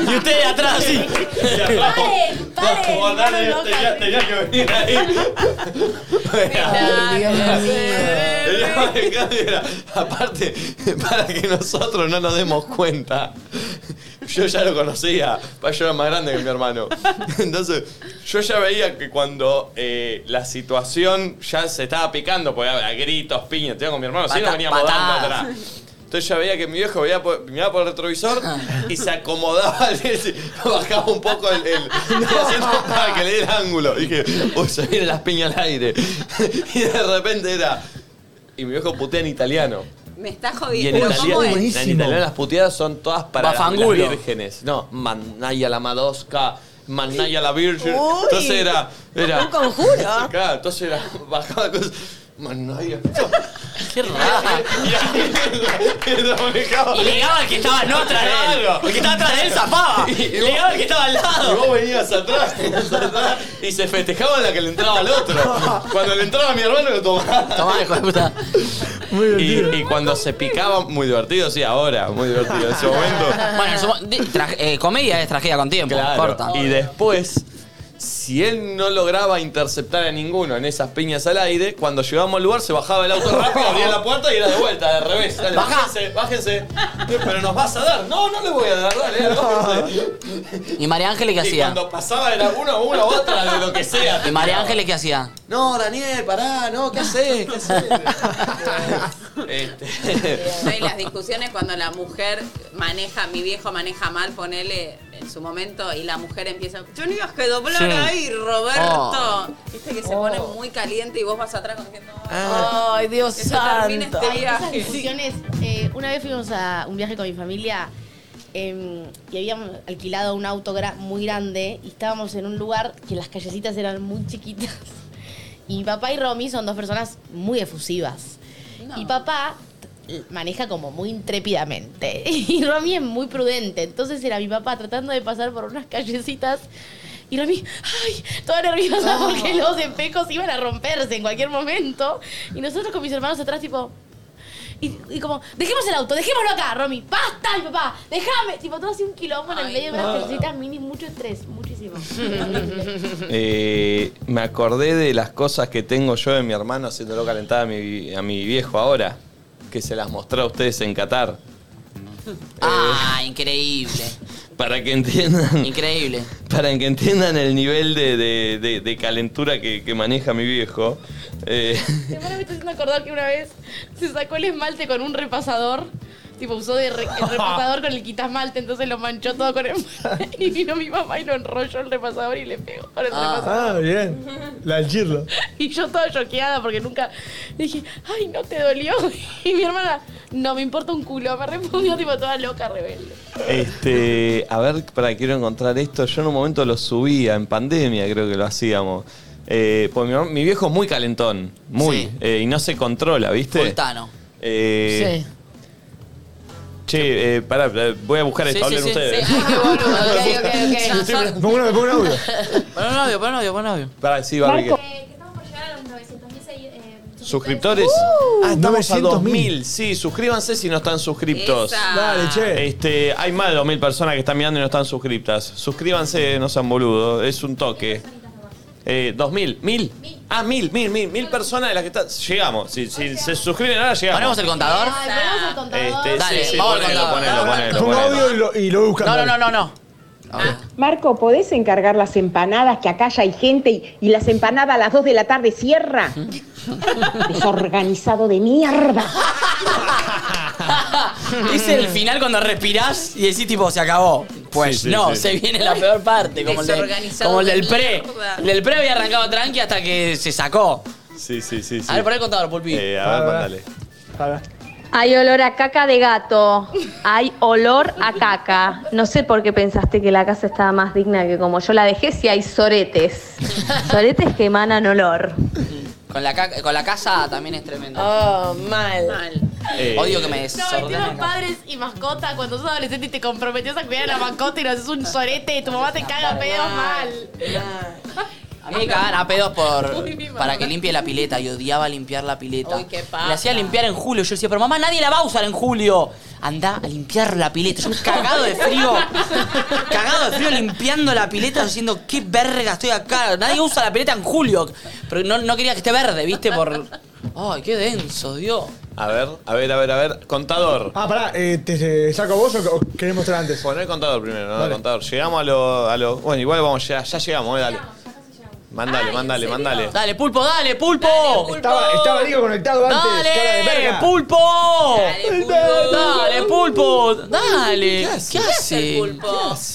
y ustedes atrás, sí. Como dale, tenía, tenía que venir ahí. Ay, Dios (laughs) Teníamos que cambiar. Aparte, para que nosotros no nos demos cuenta, yo ya lo conocía, pa, yo era más grande que mi hermano. Entonces, yo ya veía que cuando eh, la situación ya se estaba picando, porque había gritos, piñas, tenía con mi hermano, si no Pata- veníamos patadas. dando atrás. Entonces ya veía que mi viejo veía por- miraba por el retrovisor y se acomodaba, (laughs) bajaba un poco el, el- haciendo para que le dé el ángulo. Y dije, uy, se vienen las piñas al aire. (laughs) Y de repente era. Y mi viejo putea en italiano. Me está Y en jodiendo. ¿Pero italiano, cómo en es? italiano las puteadas son todas para las, las Bafangulo. vírgenes. No, Manaya la Madosca, Manaya la Virgen. Uy. Entonces era. era Un conjuro. Claro, entonces era. Bajaba cosas. Manaya. Qué raro. Y Y llegaba el que estaba no atrás de él. El que estaba atrás de él zafaba. Llegaba el que estaba al lado. Y vos venías atrás, venías atrás, y se festejaba la que le entraba al (laughs) otro. Cuando le entraba a mi hermano lo tomaba. Tomá, hijo de puta. Y, y cuando se picaba, muy divertido, sí, ahora, muy divertido. En ese momento. Bueno, en su mo- de- tra- eh, comedia es tragedia con tiempo. Claro, Corta. Y después, si él no lograba interceptar a ninguno en esas piñas al aire, cuando llegábamos al lugar se bajaba el auto rápido, abría la puerta y era de vuelta, de revés. Dale, Bajá. Bájense, bájense. Pero nos vas a dar. No, no le voy a dar, dale, (laughs) dale, bájense. ¿Y María Ángeles qué Y hacía? cuando pasaba era una o una otra, de lo que sea. ¿Y María Ángeles qué hacía? No, Daniel, pará, no, ¿qué haces? ¿Qué haces? Este, No, y las discusiones cuando la mujer maneja, mi viejo maneja mal, ponele en su momento, y la mujer empieza, yo no ibas que doblar Sí. ahí, Roberto. Oh. Viste que se pone muy caliente y vos vas atrás como diciendo, Ah. Oh. Ay, Dios que se termine santo. este Ay, viaje. Esas discusiones, eh, una vez fuimos a un viaje con mi familia em, y habíamos alquilado un auto gra- muy grande y estábamos en un lugar que las callecitas eran muy chiquitas. (laughs) Y mi papá y Romy son dos personas muy efusivas. Y papá t- maneja como muy intrépidamente. (laughs) Y Romy es muy prudente. Entonces era mi papá tratando de pasar por unas callecitas. Y Romy, ay, toda nerviosa No. porque los espejos iban a romperse en cualquier momento. Y nosotros con mis hermanos atrás, tipo, y, y como, dejemos el auto, dejémoslo acá, Romy. ¡Basta, mi papá! ¡Déjame! Tipo, todo así un quilombo en el medio de no. unas callecitas mini, mucho estrés, muchísimo. Eh, me acordé de las cosas que tengo yo de mi hermano haciéndolo calentar a mi, a mi viejo ahora, que se las mostré a ustedes en Qatar. Ah, (laughs) increíble. Para que (laughs) entiendan. Increíble. Para que entiendan el nivel de, de- de- de calentura que, que maneja mi viejo. eh, (laughs) Mi hermana me está haciendo acordar que una vez se sacó el esmalte con un repasador. Tipo, usó de re- el repasador con el quitasmalte, entonces lo manchó todo con esmalte. (laughs) Y vino mi mamá y lo enrolló el repasador y le pegó con el repasador. Ah, bien. La del chirlo. Y yo toda choqueada porque nunca le dije, ay, no te dolió. (laughs) Y mi hermana, no, me importa un culo. Me respondió tipo toda loca, rebelde. Este, a ver, para quiero encontrar esto. Yo en un momento lo subía, en pandemia creo que lo hacíamos. Eh, pues mi, mi viejo es muy calentón, muy, eh, y no se controla, ¿viste? Fultano. Eh, Che, eh, pará, pará, voy a buscar Sí, esto, sí, hablen sí, ustedes. (laughs) sí. (laughs) Ay, qué (laughs) boludo. Ok, ok, ok. Sí, Razón. pero- Pongo una- pongo un audio. Pon un audio, pon un audio, pon un audio. Pará, sí, Barbie, que- ¿Suscriptores? Uh. ah, estamos a 900.000. 2000. Sí, suscríbanse si no están suscriptos. Esa. Dale, che. Este, hay más de 2000 personas que están mirando y no están suscriptas. Suscríbanse, no sean boludos, es un toque. Eh, 2000, 1000. Ah, 1000, 1000, 1000, 1000 personas de las que están. Llegamos. Si, si se suscriben ahora, llegamos. ¿Ponemos el contador? Ay, ponemos el contador. Este, Dale, sí, sí, vamos al ponelo, contador. ponelo, ponelo, Pongo ponelo. audio y lo, y lo buscan. No, no, no, no, no. Marco, ¿podés encargar las empanadas que acá ya hay gente y, y las empanadas a las 2 de la tarde cierra? Desorganizado de mierda. Es el final cuando respirás y decís, tipo, se acabó. Pues Sí, sí, no, sí. se viene la peor parte, como el, de- Desorganizado como el del de pre. mierda. El del pre había arrancado tranqui hasta que se sacó. Sí, sí, sí. A ver, por el contador, Pulpi. Eh, a ver, mandale. Hay olor a caca de gato. Hay olor a caca. No sé por qué pensaste que la casa estaba más digna que como yo la dejé si hay soretes. Soretes que emanan olor. Con la, ca- con la casa también es tremendo. Oh, mal. Eh, Odio que me No, desordenen metieron acá. padres y mascota cuando sos adolescente y te comprometes a cuidar a la mascota y no haces un sorete y tu mamá te caga pedos mal. A mí me cagaban a pedos Uy, por, mi mamá. para que limpie la pileta. Y odiaba limpiar la pileta. Uy, qué paja. La hacía limpiar en julio. Yo decía, pero mamá, nadie la va a usar en julio. Andá a limpiar la pileta. Yo cagado de frío. cagado de frío limpiando la pileta diciendo, qué verga estoy acá. Nadie usa la pileta en julio. Pero no, no quería que esté verde, ¿viste? Por... Ay, qué denso, Dios. A ver, a ver, a ver, a ver. Contador. Ah, pará, eh, ¿te eh, saco vos o, o querés mostrar antes? Poné el contador primero, no el contador. Llegamos a los. A lo, bueno, igual vamos a llegar. Ya llegamos, eh, dale. Mándale, mándale, mándale. Dale, pulpo, dale, pulpo. Estaba, estaba Nico conectado antes. Dale, cara de verga. pulpo. Dale, Dale, pulpo. Dale. ¿Qué hace?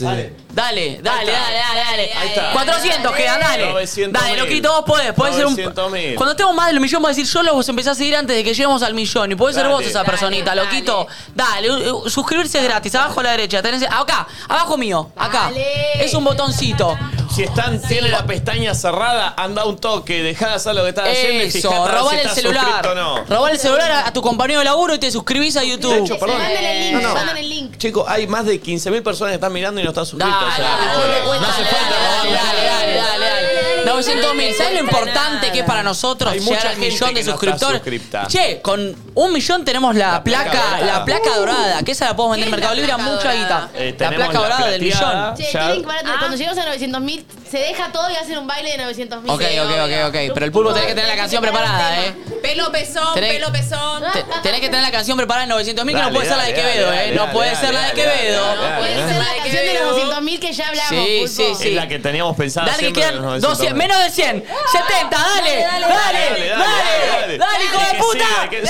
Dale. Dale, dale, dale, dale, dale. Ahí está. 400 quedan, dale. 900.000. dale, loquito, vos podés. podés ser un... 900.000. Cuando estemos más del millón, vas a decir, yo los empecé a seguir antes de que lleguemos al millón. Y podés ser Dale. vos esa Dale, personita, loquito. Dale, u- u- suscribirse es gratis. Abajo a la derecha. Tenés... Acá, abajo mío. Acá. Es un botoncito. Si están, tienen la pestaña cerrada, anda un toque, dejá de hacer lo que estás haciendo y Eso, fijate a ver robar si el estás celular. suscripto o no. Robar el celular a, a tu compañero de laburo y te suscribís a YouTube. De hecho, perdón. No, no. Mandan el link. Chicos, hay más de 15.000 personas que están mirando y no están suscritos. o sea, no hace falta robar. Dale, dale, dale. 900 mil. ¿Sabes lo importante que es para nosotros Hay llegar mucha al gente millón de que no está suscriptores? suscripta. che, con un millón tenemos la, placa, placa dorada. la placa dorada, que esa la podemos vender en ¿Qué es Mercado la Libre a placa mucha guita. dorada? Eh, la tenemos placa la dorada del plateada, millón. Che, Ya. tienen que parar, Ah. cuando lleguemos a 900.000 se deja todo y hacen un baile de Ok, ok, 900.000 ok, ok. Pero el pulpo tenés que tener la canción preparada, eh. Pelo pezón, Tenés- pelo pezón. Ah, Te- Tenés que tener la canción preparada en 900 mil, que no Dale, puede ser la de dale, Quevedo, dale, eh. No dale, puede dale, ser la de dale, dale, Quevedo. dale, dale, No puede dale. ser la La canción de los 900.000 que ya hablamos. Sí, pulpo. sí, sí. Es la que teníamos pensada Dale, que siempre quedan de los 200, 900.000. menos de 100. 70, dale, dale, dale, dale, dale, hijo de puta. que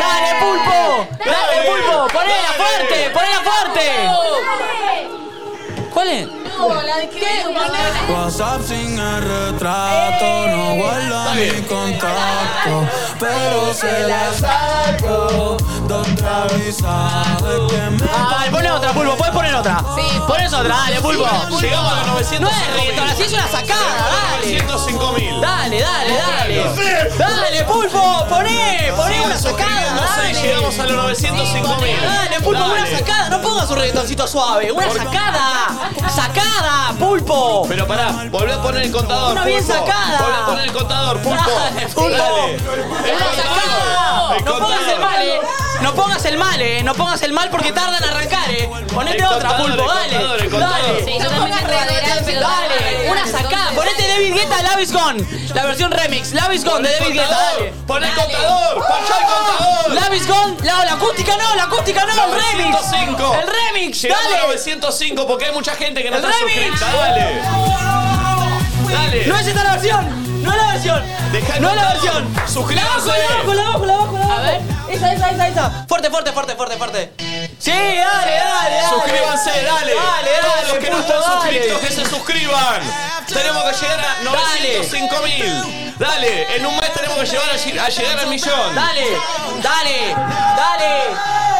Dale, pulpo. Dale, pulpo. Ponela fuerte, ponela fuerte. ¿Cuál es? WhatsApp sin el retrato, no guarda mi contacto, pero se la saco. Dos travisadas que me. Dale, poné otra, pulpo, puedes poner otra. Sí. Pones otra, dale, pulpo. Llegamos a los 905.000. No es reggaetón, así es una sacada, dale. 905.000. Dale, dale, dale. Sí. Dale, pulpo, poné, poné una sacada. No sé, dale. llegamos a los 905.000. Dale, pulpo, una sacada. No pongas un reggaetoncito suave. Una sacada. Sacada, pulpo. Pero pará, volvé a poner el contador. Una bien pulpo. sacada. Volvé a poner el contador, pulpo. Dale, pulpo. Dale. Una sacada. El No pongas contador. el mal, eh. No pongas el mal, eh. No pongas el mal porque tardan en arrancar, eh. Ponete El otra, contador, pulpo, el contador, dale. el contador. Dale. Sí, No pongas reggaetón, pero Dale, una sacada. Ponete David Guetta, Love is Gone. La versión remix. Love is Gone de David Guetta, dale. Uh. Pon el contador, pachá el contador. Love is Gone. La, la acústica no, la acústica no. El remix. 905. El remix, Llegamos a dale. 905 porque hay mucha gente que no El está remix. suscrita. Dale. Dale. No es esta la versión. No es la versión. Dejá no es la contado. versión. Suscríbanse. La bajo, la bajo, la bajo, la bajo. A ver. Esa, esa, esa, esa. Fuerte, fuerte, fuerte, fuerte, fuerte. Sí, dale, dale, dale. Suscríbanse, dale. Dale, dale. Todos los que no puto, están dale. suscritos, que se suscriban. Tenemos que llegar a Dale. 905 mil. Dale, en un mes tenemos que llegar a, lleg- a llegar al millón. Dale, dale, dale,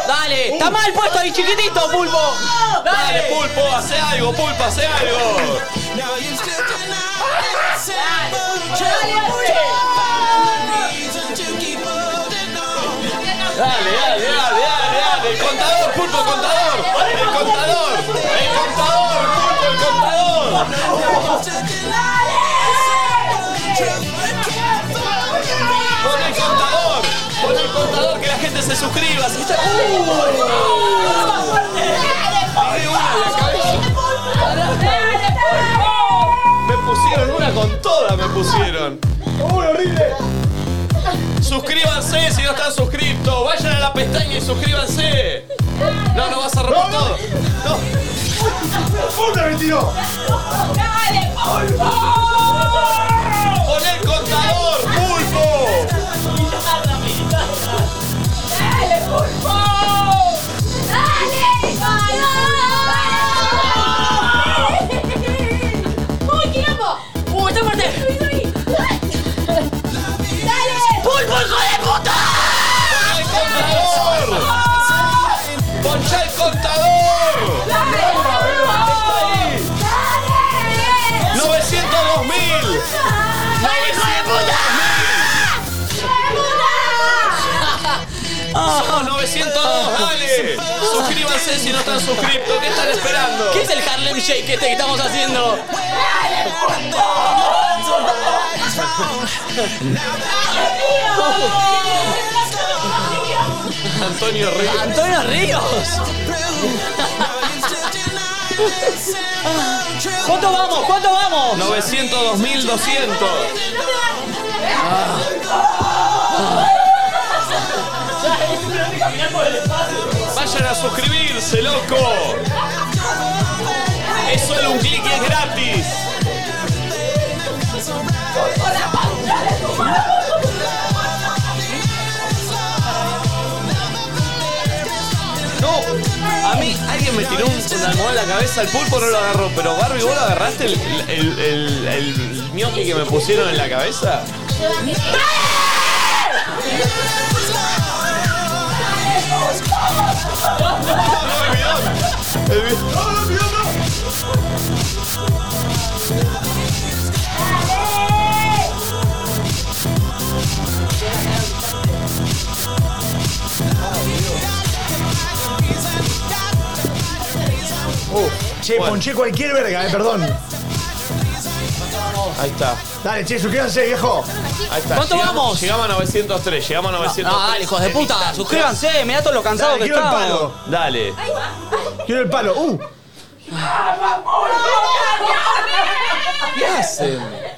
dale. Está mal puesto ahí, chiquitito, pulpo. Uh. Dale, pulpo, hace algo, pulpo, hace algo. Dale, dale, dale, dale, dale. El contador, pulpo, el contador. El contador, el contador, pulpo, el contador. Pon el contador, pon el contador, que la gente se ¡Uh! suscriba. Si está- ¡Uh! Abre una, la cabeza. Mañana con toda me pusieron. Suscríbanse si no están suscriptos. Vayan a la pestaña y suscríbanse. No, no vas a romper todo. (laughs) ¡Puta, me tiró! ¡Dale, pulpo! ¡Con el contador, pulpo! ¡Dale, pulpo! ¡Dale, pulpo! ¡Uy, quilombo! ¡Uh, está fuerte! ¡Dale! ¡Pulpo, hijo de puta! ¡Contador! ¡Poncha el contador! ¡Dale, pulpo! ¡902 mil! ¡Dale, hijo de puta! ¡Somos 902! ¡Dale! Suscríbanse si no están suscriptos. ¿Qué están esperando? ¿Qué es el Harlem Shake este que estamos haciendo? Antonio Ríos. ¡Antonio Ríos! ¿Cuánto vamos? ¿Cuánto vamos? 902.200. Ah. Vayan a suscribirse, loco. Es solo un clic y es gratis. No, a mí alguien me tiró un, una almohada en la cabeza, el pulpo no lo agarró, pero Barbie, ¿vos lo agarraste el, el, el, el ñoqui que me pusieron en la cabeza? El vi- Che, ponché cualquier verga, eh, perdón. Ahí está. Dale, che, suscríbanse, viejo. Ahí está. ¿Cuánto Llegamos- vamos? Llegamos a 903, llegamos a No, 903. no, dale, hijos de puta, suscríbanse, mirá todo lo cansado Dale, que quiero el estamos. palo. Dale. Quiero el palo. Uh, ¿Qué hacen?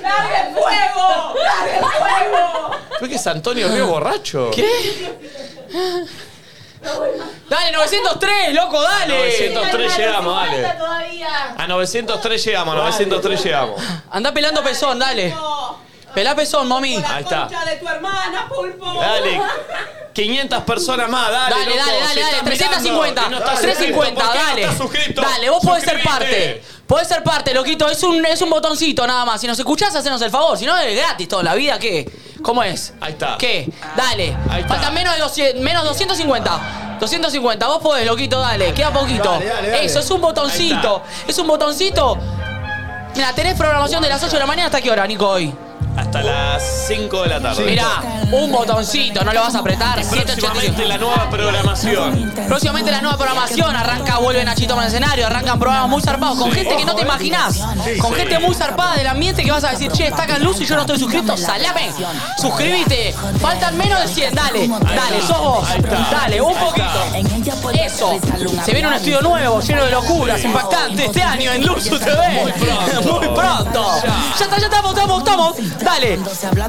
¡Larga el pues. (laughs) fuego! ¡Larga el fuego! ¿Ves que es Antonio Río borracho? ¿Qué? Dale, 903, loco, dale. 903 llegamos, dale. Todavía. A 903 llegamos, a 903 llegamos. Andá pelando pezón, dale. Pelá pezón, mami. Ahí está. de tu hermana, pulpo! Dale. 500 personas más, dale. Dale, loco, dale, si dale, dale. estás 350. mirando y no estás 350, suscrito, ¿por qué no dale. estás suscrito? Dale, vos podés ser Suscribite. parte. Podés ser parte, loquito. Es un, es un botoncito nada más. Si nos escuchás, hacenos el favor. Si no, es gratis todo. ¿La vida qué? ¿Cómo es? Ahí está. ¿Qué? Dale. Faltan menos de 200, menos 250. 250. Vos podés, loquito, dale. Queda poquito. Dale, dale, dale. Eso, es un botoncito. Es un botoncito. Mira, tenés programación de las 8 de la mañana hasta qué hora, Nico, hoy. Hasta las 5 de la tarde. Mirá, un botoncito, no lo vas a apretar. 785. Próximamente la nueva programación. Próximamente la nueva programación arranca, vuelve Nachito al escenario, arrancan programas muy zarpados con Sí. gente que no te imaginás, Sí, con sí. gente muy zarpada del ambiente que vas a decir, che, está acá Luz y yo no estoy suscrito, salame, suscríbete, faltan menos de 100, dale, dale, sos vos, dale, un poquito. Eso, se viene un estudio nuevo, lleno de locuras, impactante, este año en Luz TV. Muy pronto. (laughs) Muy pronto. Ya está, ya estamos, estamos, estamos. Dale.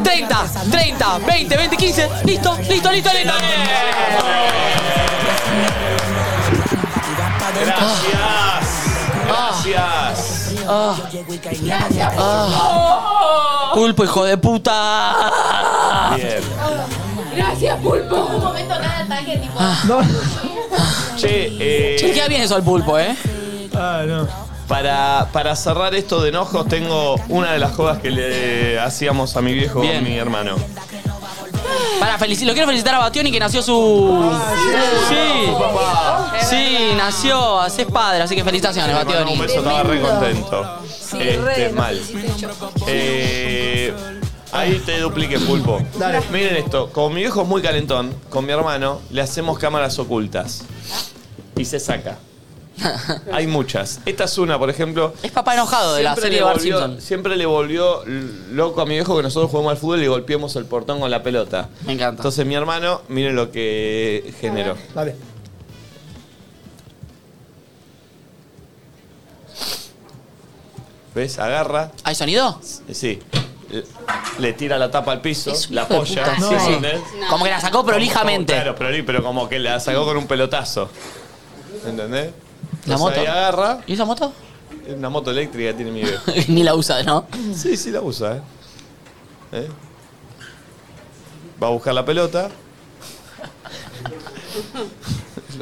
30, 30, 20, 20, 15. Listo, listo, listo, listo. Gracias. Ah. Ah. Pulpo, hijo de puta. Bien. Gracias, pulpo. Un momento cada ataque, tipo. Che, eh, Che, queda bien eso al pulpo, ¿eh? Ah, Para, para cerrar esto de enojos, tengo una de las cosas que le hacíamos a mi viejo Bien. mi hermano. Para, felici- lo quiero felicitar a Bationi que nació su. Sí, sí, nació, es padre, así que felicitaciones, Le mandamos Bationi. un beso, estaba re contento. este, mal. Eh, ahí te duplique pulpo. Miren esto, como mi viejo es muy calentón, con mi hermano le hacemos cámaras ocultas. Y se saca. Hay muchas. Esta es una, por ejemplo. Es papá enojado de la Siempre serie le Bart volvió- Simpson. Siempre le volvió l- loco a mi viejo que nosotros jugamos al fútbol y golpeamos el portón con la pelota. Me encanta. Entonces mi hermano, miren lo que generó. dale. ¿Ves? Agarra. ¿Hay sonido? Sí. Le- Le tira la tapa al piso, la hijo de apoya. puta. ¿sí No. entendés? No. Como que la sacó prolijamente. Como- claro, proli- pero como que la sacó con un pelotazo. ¿Entendés? La Entonces moto. ahí agarra. ¿Y esa moto? Una moto eléctrica tiene mi viejo. (laughs) (laughs) Ni la usa, ¿no? Sí, sí la usa, ¿eh? ¿Eh? Va a buscar la pelota.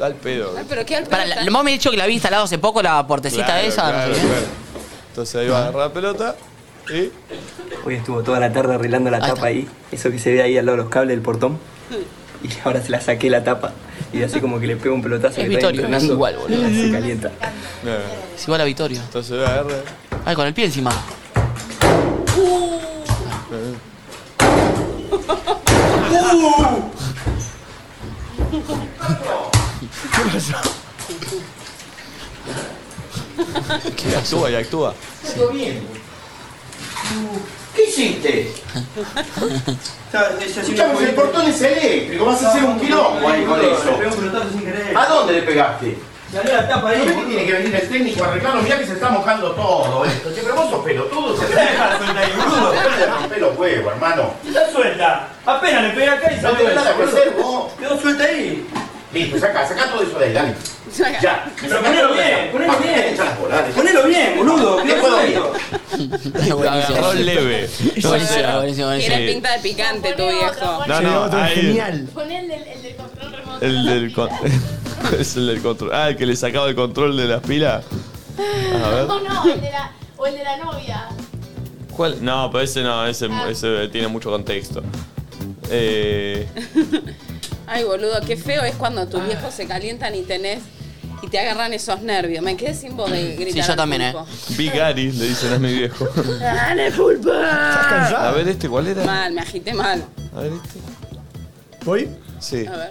Va al pedo. güey. Pero qué al Para, la, vos me has dicho que la había instalado hace poco la portecita Claro, esa. no sé claro, qué. claro. Entonces ahí va a agarrar la pelota y. Hoy estuvo toda la tarde arreglando la tapa ahí, eso que se ve ahí al lado de los cables del portón. Y ahora se la saqué la tapa y así como que le pego un pelotazo Es que está ahí Vittorio, es entrenando, igual, boludo. Se calienta. Es igual a Vittorio. Entonces va a agarrar. Ay, con el pie encima. ¿Qué pasó? ¿Qué actúa y actúa? Todo bien. ¿Qué hiciste? Escuchame, el portón es eléctrico, vas a hacer un quilombo ahí con eso. ¿A dónde le pegaste? la tapa ahí. ¿Por qué tiene que venir el técnico a arreglarlo? Mirá que se está mojando todo esto. Che, pero vos sos pelotudo. Se te deja suelta ahí, boludo. romper los huevos, hermano. Está suelta. Apenas le pega acá y No sale tenés eso, nada que boludo. hacer, vos. Quedó suelta ahí. Listo, saca, saca todo eso de ahí, dale. Ya. Pero ponelo Ah, bien, ponelo bien. Ponelo bien, boludo. Te puedo ir. Agarró el leve. Buenísimo, buenísimo, buenísimo. Tiene pinta de picante tu viejo. No, no, ahí- Pon el del, el del control remoto. El del con- (laughs) es el del control. Ah, el que le sacaba el control de las pilas. A ver. No, no, el de la, o el de la novia. ¿Cuál? No, pero ese no, ese, Ah. ese tiene mucho contexto. Eh, Ay, boludo, qué feo es cuando Ah. tus viejos se calientan y tenés y te agarran esos nervios. Me quedé sin voz de gritar. Sí, yo al también, ¿eh? pulpo. Big Gary, le dicen a mi (laughs) viejo. ¡Dale, pulpo! A ver, este, ¿cuál era? Mal, me agité mal. A ver, este. ¿Voy? Sí. A ver.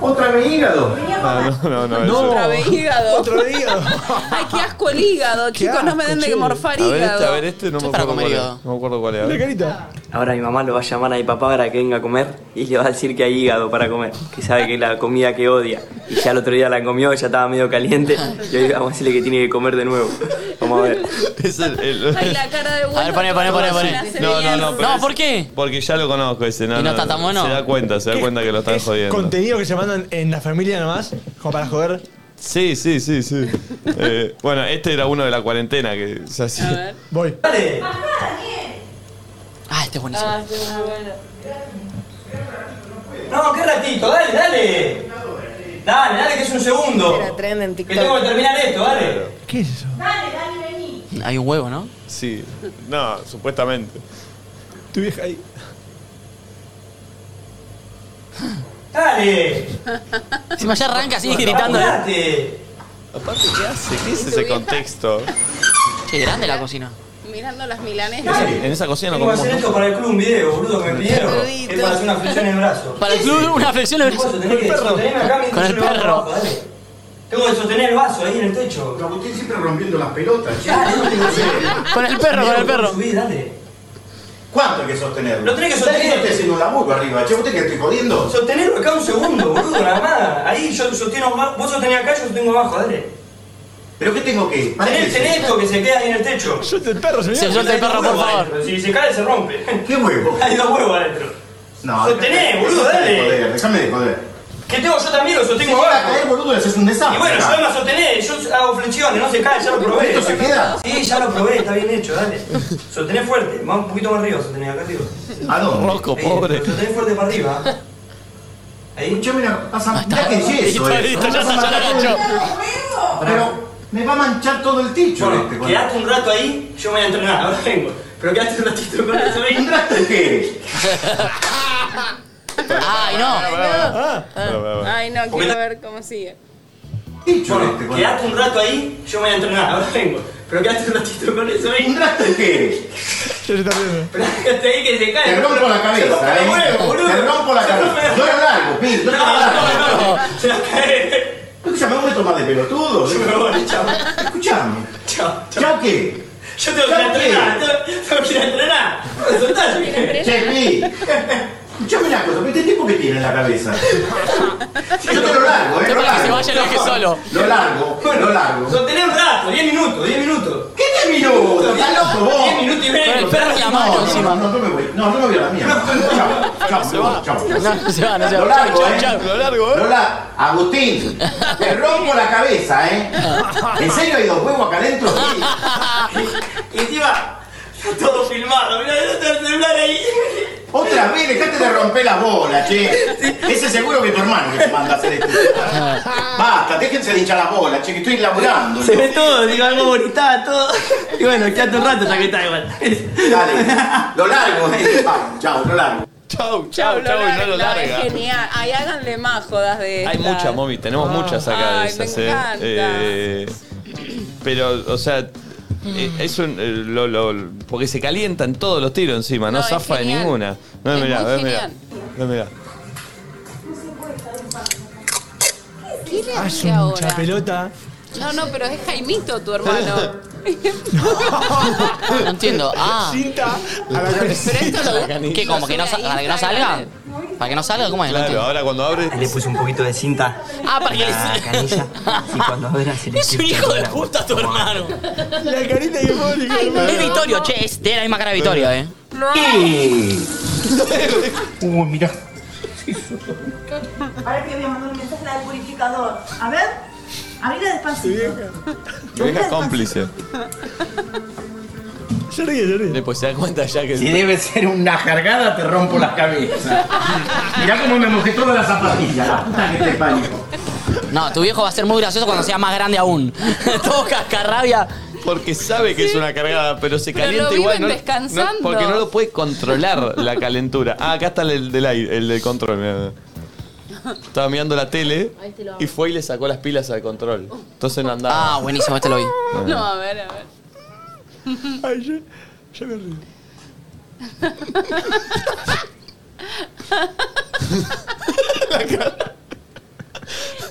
Otra vez hígado. Ah, no, no, no. eso- Otra vez hígado. Otra vez hígado. (laughs) Ay, qué asco el hígado, chicos. No me den de morfar A ver, este, a hígado. ver, este no me es para acuerdo cuál comer es. hígado. No me acuerdo cuál es. a ver. Ahora mi mamá lo va a llamar a mi papá para que venga a comer y le va a decir que hay hígado para comer, que sabe que es la comida que odia. Y ya el otro día la comió, ya estaba medio caliente y hoy vamos a decirle que tiene que comer de nuevo. Vamos a ver. Es el- el- Ay, la cara de bueno. poné, poné, poné, poné. No, no, no. pero No, es- ¿por qué? Porque ya lo conozco ese. No, ¿Y no está tan bueno? Se da cuenta, se da cuenta que lo están jodiendo. Contenido que se mandan en la familia nomás, como para joder. Sí, sí, sí, sí. Eh, bueno, este era uno de la cuarentena que se hacía. Voy. Ah, este es buenísimo. Ah, este es muy bueno. No, qué ratito, dale, dale. Dale, dale, que es un segundo. Era trend en Que TikTok. tengo que terminar esto, dale. ¿Qué es eso? Dale, dale, vení. Hay un huevo, ¿no? Sí. No, supuestamente. Tu vieja ahí. Dale. Encima ya arranca así gritando. Eh, Apurate. Aparte, ¿qué hace? ¿Qué es ese contexto? Qué grande la cocina. Mirando las milanesas. En esa cocina no Tengo que hacer comemos. esto para el club un video, boludo, que me pidieron. Es para hacer una flexión en el brazo. Para el club, una flexión en el brazo. Tenés que sostenerme acá mientras Con el yo lo bajo perro. abajo, dale. Tengo que sostener el vaso ahí en el techo. Raputín siempre rompiendo las pelotas. Con el perro, con el perro. Subí, dale. ¿Cuánto hay que sostenerlo? Lo tenés que Dale, sostener. no estés haciendo un laburo arriba, che, usted que estoy jodiendo. Sostenerlo acá un segundo, boludo, nada más. Ahí yo sostengo abajo. Vos sostenés acá, yo sostengo abajo, dale. ¿Pero qué tengo que? ¿Para qué Tener se- esto que se queda ahí en el techo. Suelta el perro, señor. Se suelta el perro, por favor. Si se cae, se rompe. ¿Qué huevo? (laughs) Hay dos huevos adentro. No, Sostené, boludo, déjame de dale. joder, Déjame de joder. ¿Qué tengo? Yo también lo sostengo Si llega a abajo. caer, boludo, eso es un desastre. Y bueno, yo lo sostené, yo hago flexiones, no se cae, ya lo probé. ¿Esto se queda? Sí, ya lo probé, está bien hecho, dale. Sostené fuerte, más un poquito más arriba, sostené acá arriba. ¿A dónde? Rosco, pobre. Sostené fuerte para arriba. Ahí. Escuchame una pasa. Mirá que yeso (laughs) Listo, eso. eh. listo, ya está, ya lo Pero- pinchó. Pero me va a manchar todo el techo. este, con- Quedaste un rato ahí, yo me voy a entrenar, (laughs) ahora vengo. Pero quedaste un ratito (laughs) con eso ahí. ¿Un rato de qué? Ay, Ah. no. Ah. Ay, no, quiero ver cómo sigue. este, Bueno, quedaste un rato ahí, yo me voy a entrenar, ahora vengo. Pero quedaste un ratito con (laughs) eso ahí. ¿Un rato de qué? Yo se está riendo. Pero quedaste ahí que se cae. Te rompo la cabeza, eh. Te rompo la cabeza. No era largo, Pi. No era largo. Se la cae. Escuchame, me voy a tomar de pelotudo. Yo me voy, chao. Escuchame. Chao. ¿Chao qué? Yo tengo que ir a entrenar, tengo- tengo que ir a entrenar. Soltá, yo quiero Che, Pi. Escuchame una cosa, pero este tipo que tiene en (laughs) la cabeza. Yo te lo largo, eh. Yo Lo para que largo. se vaya lo deje solo. Lo largo, lo largo. Sostené un rato, 10 minutos, 10 minutos. ¿Qué ¡Diez minutos! ¡Está loco vos! Diez minutos y medio. Con el perro en la mano encima. No, no me voy. No, no me voy a la mierda. Chao, chao, me voy, chao. No, no se va, no se va. Lo largo, Chau, eh. chau, lo largo, eh. Lo largo. Agustín, te rompo la cabeza, eh. ¿En serio hay dos huevos acá adentro? (laughs) Y encima, está todo filmado. Mirá, está el celular ahí. Otra vez, dejate de romper las bolas, che. Ese seguro que tu hermano que te manda a hacer esto. Basta, déjense de hinchar las bolas, che, que estoy laburando. Se ve todo, digo, algo bonitado, todo. Y bueno, quédate un rato ya que está igual. Dale, lo largo, (laughs) eh. Chao, chao, lo largo. Chau, chau, chau, y no lo larga. Genial. Ay, háganle más jodas de Hay estas. muchas, Momi, tenemos muchas acá Ah. Ay, de esas. me eh. encanta. Eh, pero, o sea, eh, es un. eh, lo- lo- porque se calientan todos los tiros encima, no, No, es zafa de genial. ninguna. No, Es mirá, muy ve, mirá. genial. Ve, mirá. ¿Qué le Ah, es hace un ahora? mucha pelota. No, no, pero es Jaimito tu (laughs) hermano. No entiendo. Ah. Cinta a la esto lo- ¿Qué? ¿Como que no, sa- para que no salga? ¿Para que no salga? ¿Cómo es? No entiendo. ahora cuando abre. Ah, Le puse (laughs) un poquito de cinta Ah, para que a le la canilla. Y cuando abra se le (laughs) Es un hijo de puta tu hermano. La carita que pone. Ay, no, Es Vittorio, che, es tiene la misma cara de Vittorio, eh. Uy, mirá. Ahora que voy a mandar un mensaje al purificador. A ver, abrila despacito. Mi vieja cómplice. Se ríe, se ríe. Después se da cuenta ya que. Si debe ser una jargada, te rompo la cabeza. Mirá cómo me mojé toda la zapatilla, la puta que te parió. No, tu viejo va a ser muy gracioso cuando sea más grande aún. (laughs) Todo cascarrabia. Porque sabe que es una cargada, pero se Pero lo calienta viven igual. no- descansando. no- porque no lo puede controlar la calentura. Ah, acá está el del aire, el del control. mirá. Estaba mirando la tele Ahí te lo hago. y fue y le sacó las pilas al control. Entonces no andaba. Ah, buenísimo, este lo vi. (laughs) (laughs) No, a ver, a ver. Ay, yo, yo me río.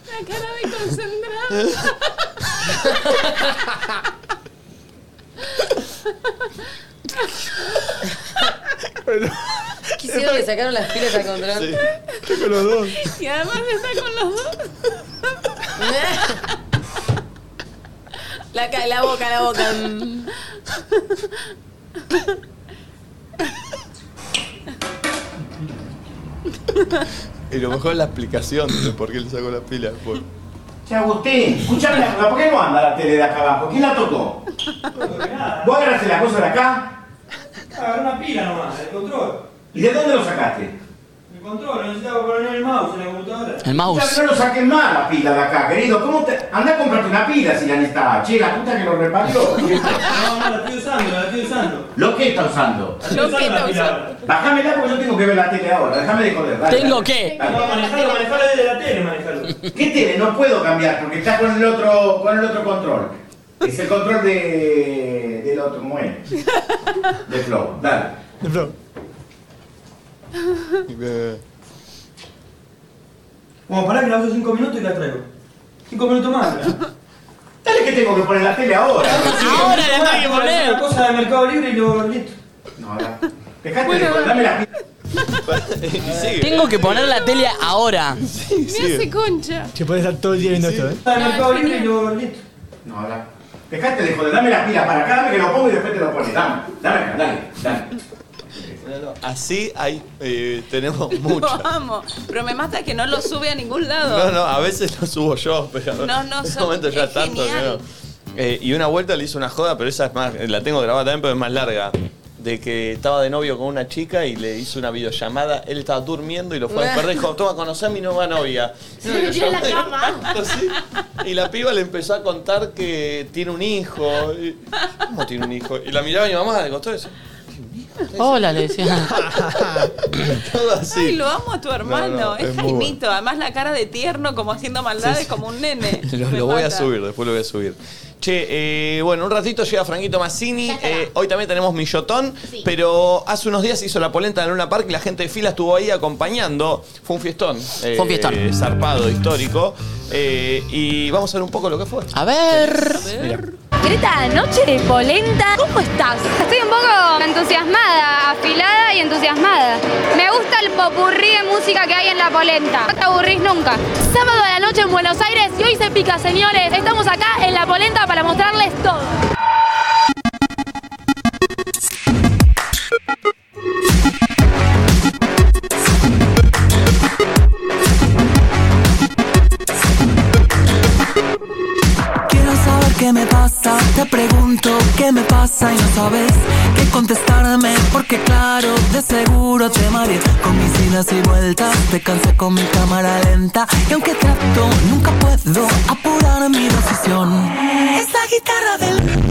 La cara de (laughs) (laughs) concentrada. (laughs) Quisieron que sacaron las pilas al control. Estoy con los dos. (laughs) Y además está con los dos. La, ca- la boca, la boca. Mm. Y lo mejor es la explicación de por qué le sacó las pilas. por- Che, Agustín, escuchame una cosa, ¿por qué no anda la tele de acá abajo? ¿Quién la tocó? ¿Vos agarraste la cosa de acá? Agarré Ah, una pila nomás, el control. ¿Y de dónde lo sacaste? El control, lo necesitaba poner el mouse en la computadora. Ya no lo saques más la pila de acá, querido. ¿Cómo te... Anda a comprarte una pila si la necesitabas. Che, la puta que lo reparió. (laughs) (laughs) No, no, la estoy usando, la estoy usando. ¿Lo que está usando? La estoy usando la pila ahora. Bajámela porque yo tengo que ver la tele ahora. Déjame de joder. dale, ¿Tengo dale. qué? Dale. No, manejalo, manejalo desde la tele, manejalo. ¿Qué tele? No puedo cambiar porque está con el otro, con el otro control. Es el control de, del otro, ¿cómo es? De Flow, dale. De flow. Bueno, pará que la uso 5 minutos y la traigo. 5 minutos más. (laughs) Dale que tengo que poner la tele ahora. Ahora la tengo que poner. Una cosa de Mercado Libre y lo listo. No, la- dejate de joder, dame la Tengo que poner la tele ahora. Me hace concha. Che, podés estar todo el día viendo esto, eh. Está de (laughs) Mercado Libre y lo listo. No, ahora. Dejate de joder, dame las pilas para acá, dame que lo pongo y después te lo pones. Dame, dame, acá, dale, dale. Así hay, eh, (laughs) tenemos muchas. Lo amo. Pero me mata que no lo sube a ningún No, lado. no, a veces lo subo yo, pero No, no, en son- un momento ya es tanto que genial. no. Eh, y una vuelta le hice una joda, pero esa es más, la tengo grabada también, pero es más larga. De que estaba de novio con una chica y le hizo una videollamada. Él estaba durmiendo y lo fue a despertar. Dijo, toma, conocer a mi nueva novia. Y una videollamada. (laughs) Y la piba le empezó a contar que tiene un hijo. Y- ¿Cómo tiene un hijo? Y la miraba mi mamá de costado y decía, Hola, le ¿eh? (laughs) decía. todo así. Ay, lo amo a tu hermano. No, no, es, es muy Jaimito. Además, la cara de tierno, como haciendo maldades, como un nene. (laughs) Lo, Me lo voy a mata. subir, después lo voy a subir. Che, eh, bueno, un ratito llega Franquito Mazzini. eh, hoy también tenemos Millotón, pero hace unos días hizo la polenta en Luna Park y la gente de fila estuvo ahí acompañando. Fue un fiestón. eh, un fiestón. Zarpado, histórico. Eh, y vamos a ver un poco lo que fue. A ver. Mirá. Greta, noche de polenta. ¿Cómo estás? Estoy un poco entusiasmada, afilada y entusiasmada. Me gusta el popurrí de música que hay en la polenta. No te aburrís nunca. Sábado a la noche en Buenos Aires y hoy se pica, señores. Estamos acá en La Polenta para mostrarles todo. esto que me pasa y no sabes qué contestarme porque claro, de seguro te mareé con mis idas y vueltas, te cansé con mi cámara lenta y aunque trato nunca puedo apurar mi decisión. Es la guitarra del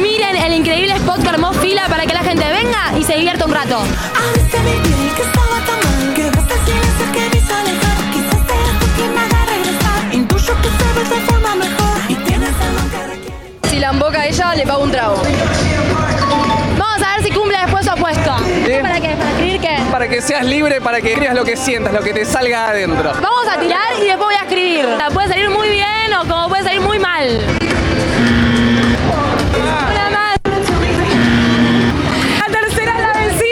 Miren el increíble spot que armó Fila para que la gente venga y se divierta un rato. Intuyo que sabes de forma mejor y tienes Si la emboca ella, le pago un trago. Vamos a ver si cumple después su apuesta. ¿Para qué? ¿Para escribir qué? Para que seas libre, para que escribas lo que sientas, lo que te salga adentro. Vamos a tirar y después voy a escribir. O sea, puede salir muy bien o como puede salir muy mal. Una más. La tercera es la vencida.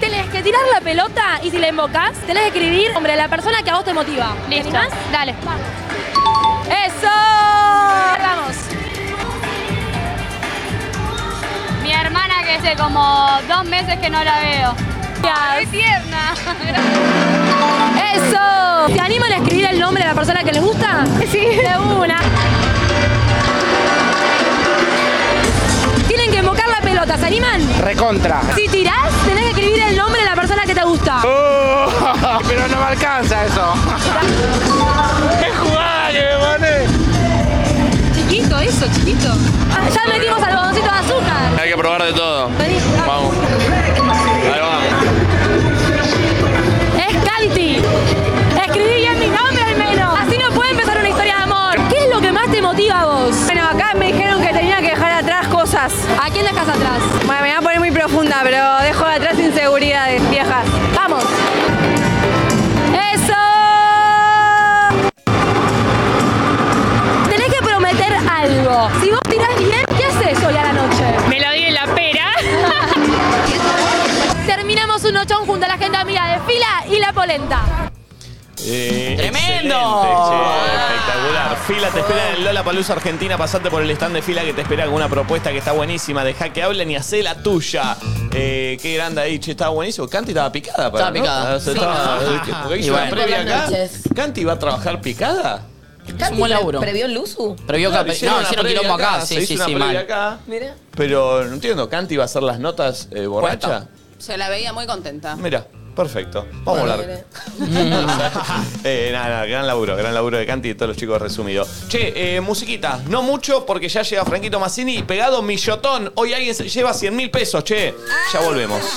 Tenés que tirar la pelota y si la invocas, tenés que escribir, hombre, la persona que a vos te motiva. ¿Listo? Dale. ¡Eso! Vamos. Mi hermana que hace como dos meses que no la veo. ¡Qué tierna! ¡Eso! ¿Se animan a escribir el nombre de la persona que les gusta? Sí. De una. Tienen que invocar la pelota, ¿se animan? Recontra. Si tirás, tenés que escribir el nombre de la persona que te gusta. Oh, (laughs) pero no me alcanza (laughs) eso. ¡Qué jugada que me pone! Chiquito eso, chiquito. Ah, Ya metimos al bodoncito de azúcar. Hay que probar de todo. Vení. Vamos. Ahí vamos. Es Calti. Escribí bien mi nombre al menos. Así no puede empezar una historia de amor. ¿Qué es lo que más te motiva a vos? Bueno, acá me dijeron que tenía que dejar atrás cosas. ¿A quién dejas atrás? Bueno, me voy a poner muy profunda, pero dejo atrás inseguridades viejas. Vamos. ¡Eso! Tenés que prometer algo. Si vos tirás bien, ¿qué haces hoy a la noche? Me la di en la pera. (laughs) Terminamos un nochón junto a la gente amiga de fila y la polenta. Eh, ¡Tremendo! excelente, che, espectacular. Fila te espera en Lola Palusa Argentina. Pasate por el stand de fila que te espera con una propuesta que está buenísima. Deja que hablen y hacé la tuya. Eh, qué grande ahí, che, estaba buenísimo. Canti estaba picada, para, Estaba picada. O sea, Sí. estaba- porque Y hizo una bueno. previa acá. Buenas noches. ¿Canti va a trabajar picada? Canti buen laburo. ¿Previó el Luzu? Previó Claro, acá, pe- hicieron no, una hicieron previa quilombo acá, se sí, hizo sí, una sí, previa mal. acá. Mira. Pero no entiendo, ¿Canti va a hacer las notas eh, borracha? Se la veía muy contenta. Mira, perfecto. Vamos a hablar. (laughs) Eh, nada, nada, gran laburo, gran laburo de Canti y de todos los chicos resumidos. Che, eh, musiquita, no mucho porque ya llega Franquito Massini y pegado Millotón. Hoy alguien se lleva 100 mil pesos, che. Ya volvemos.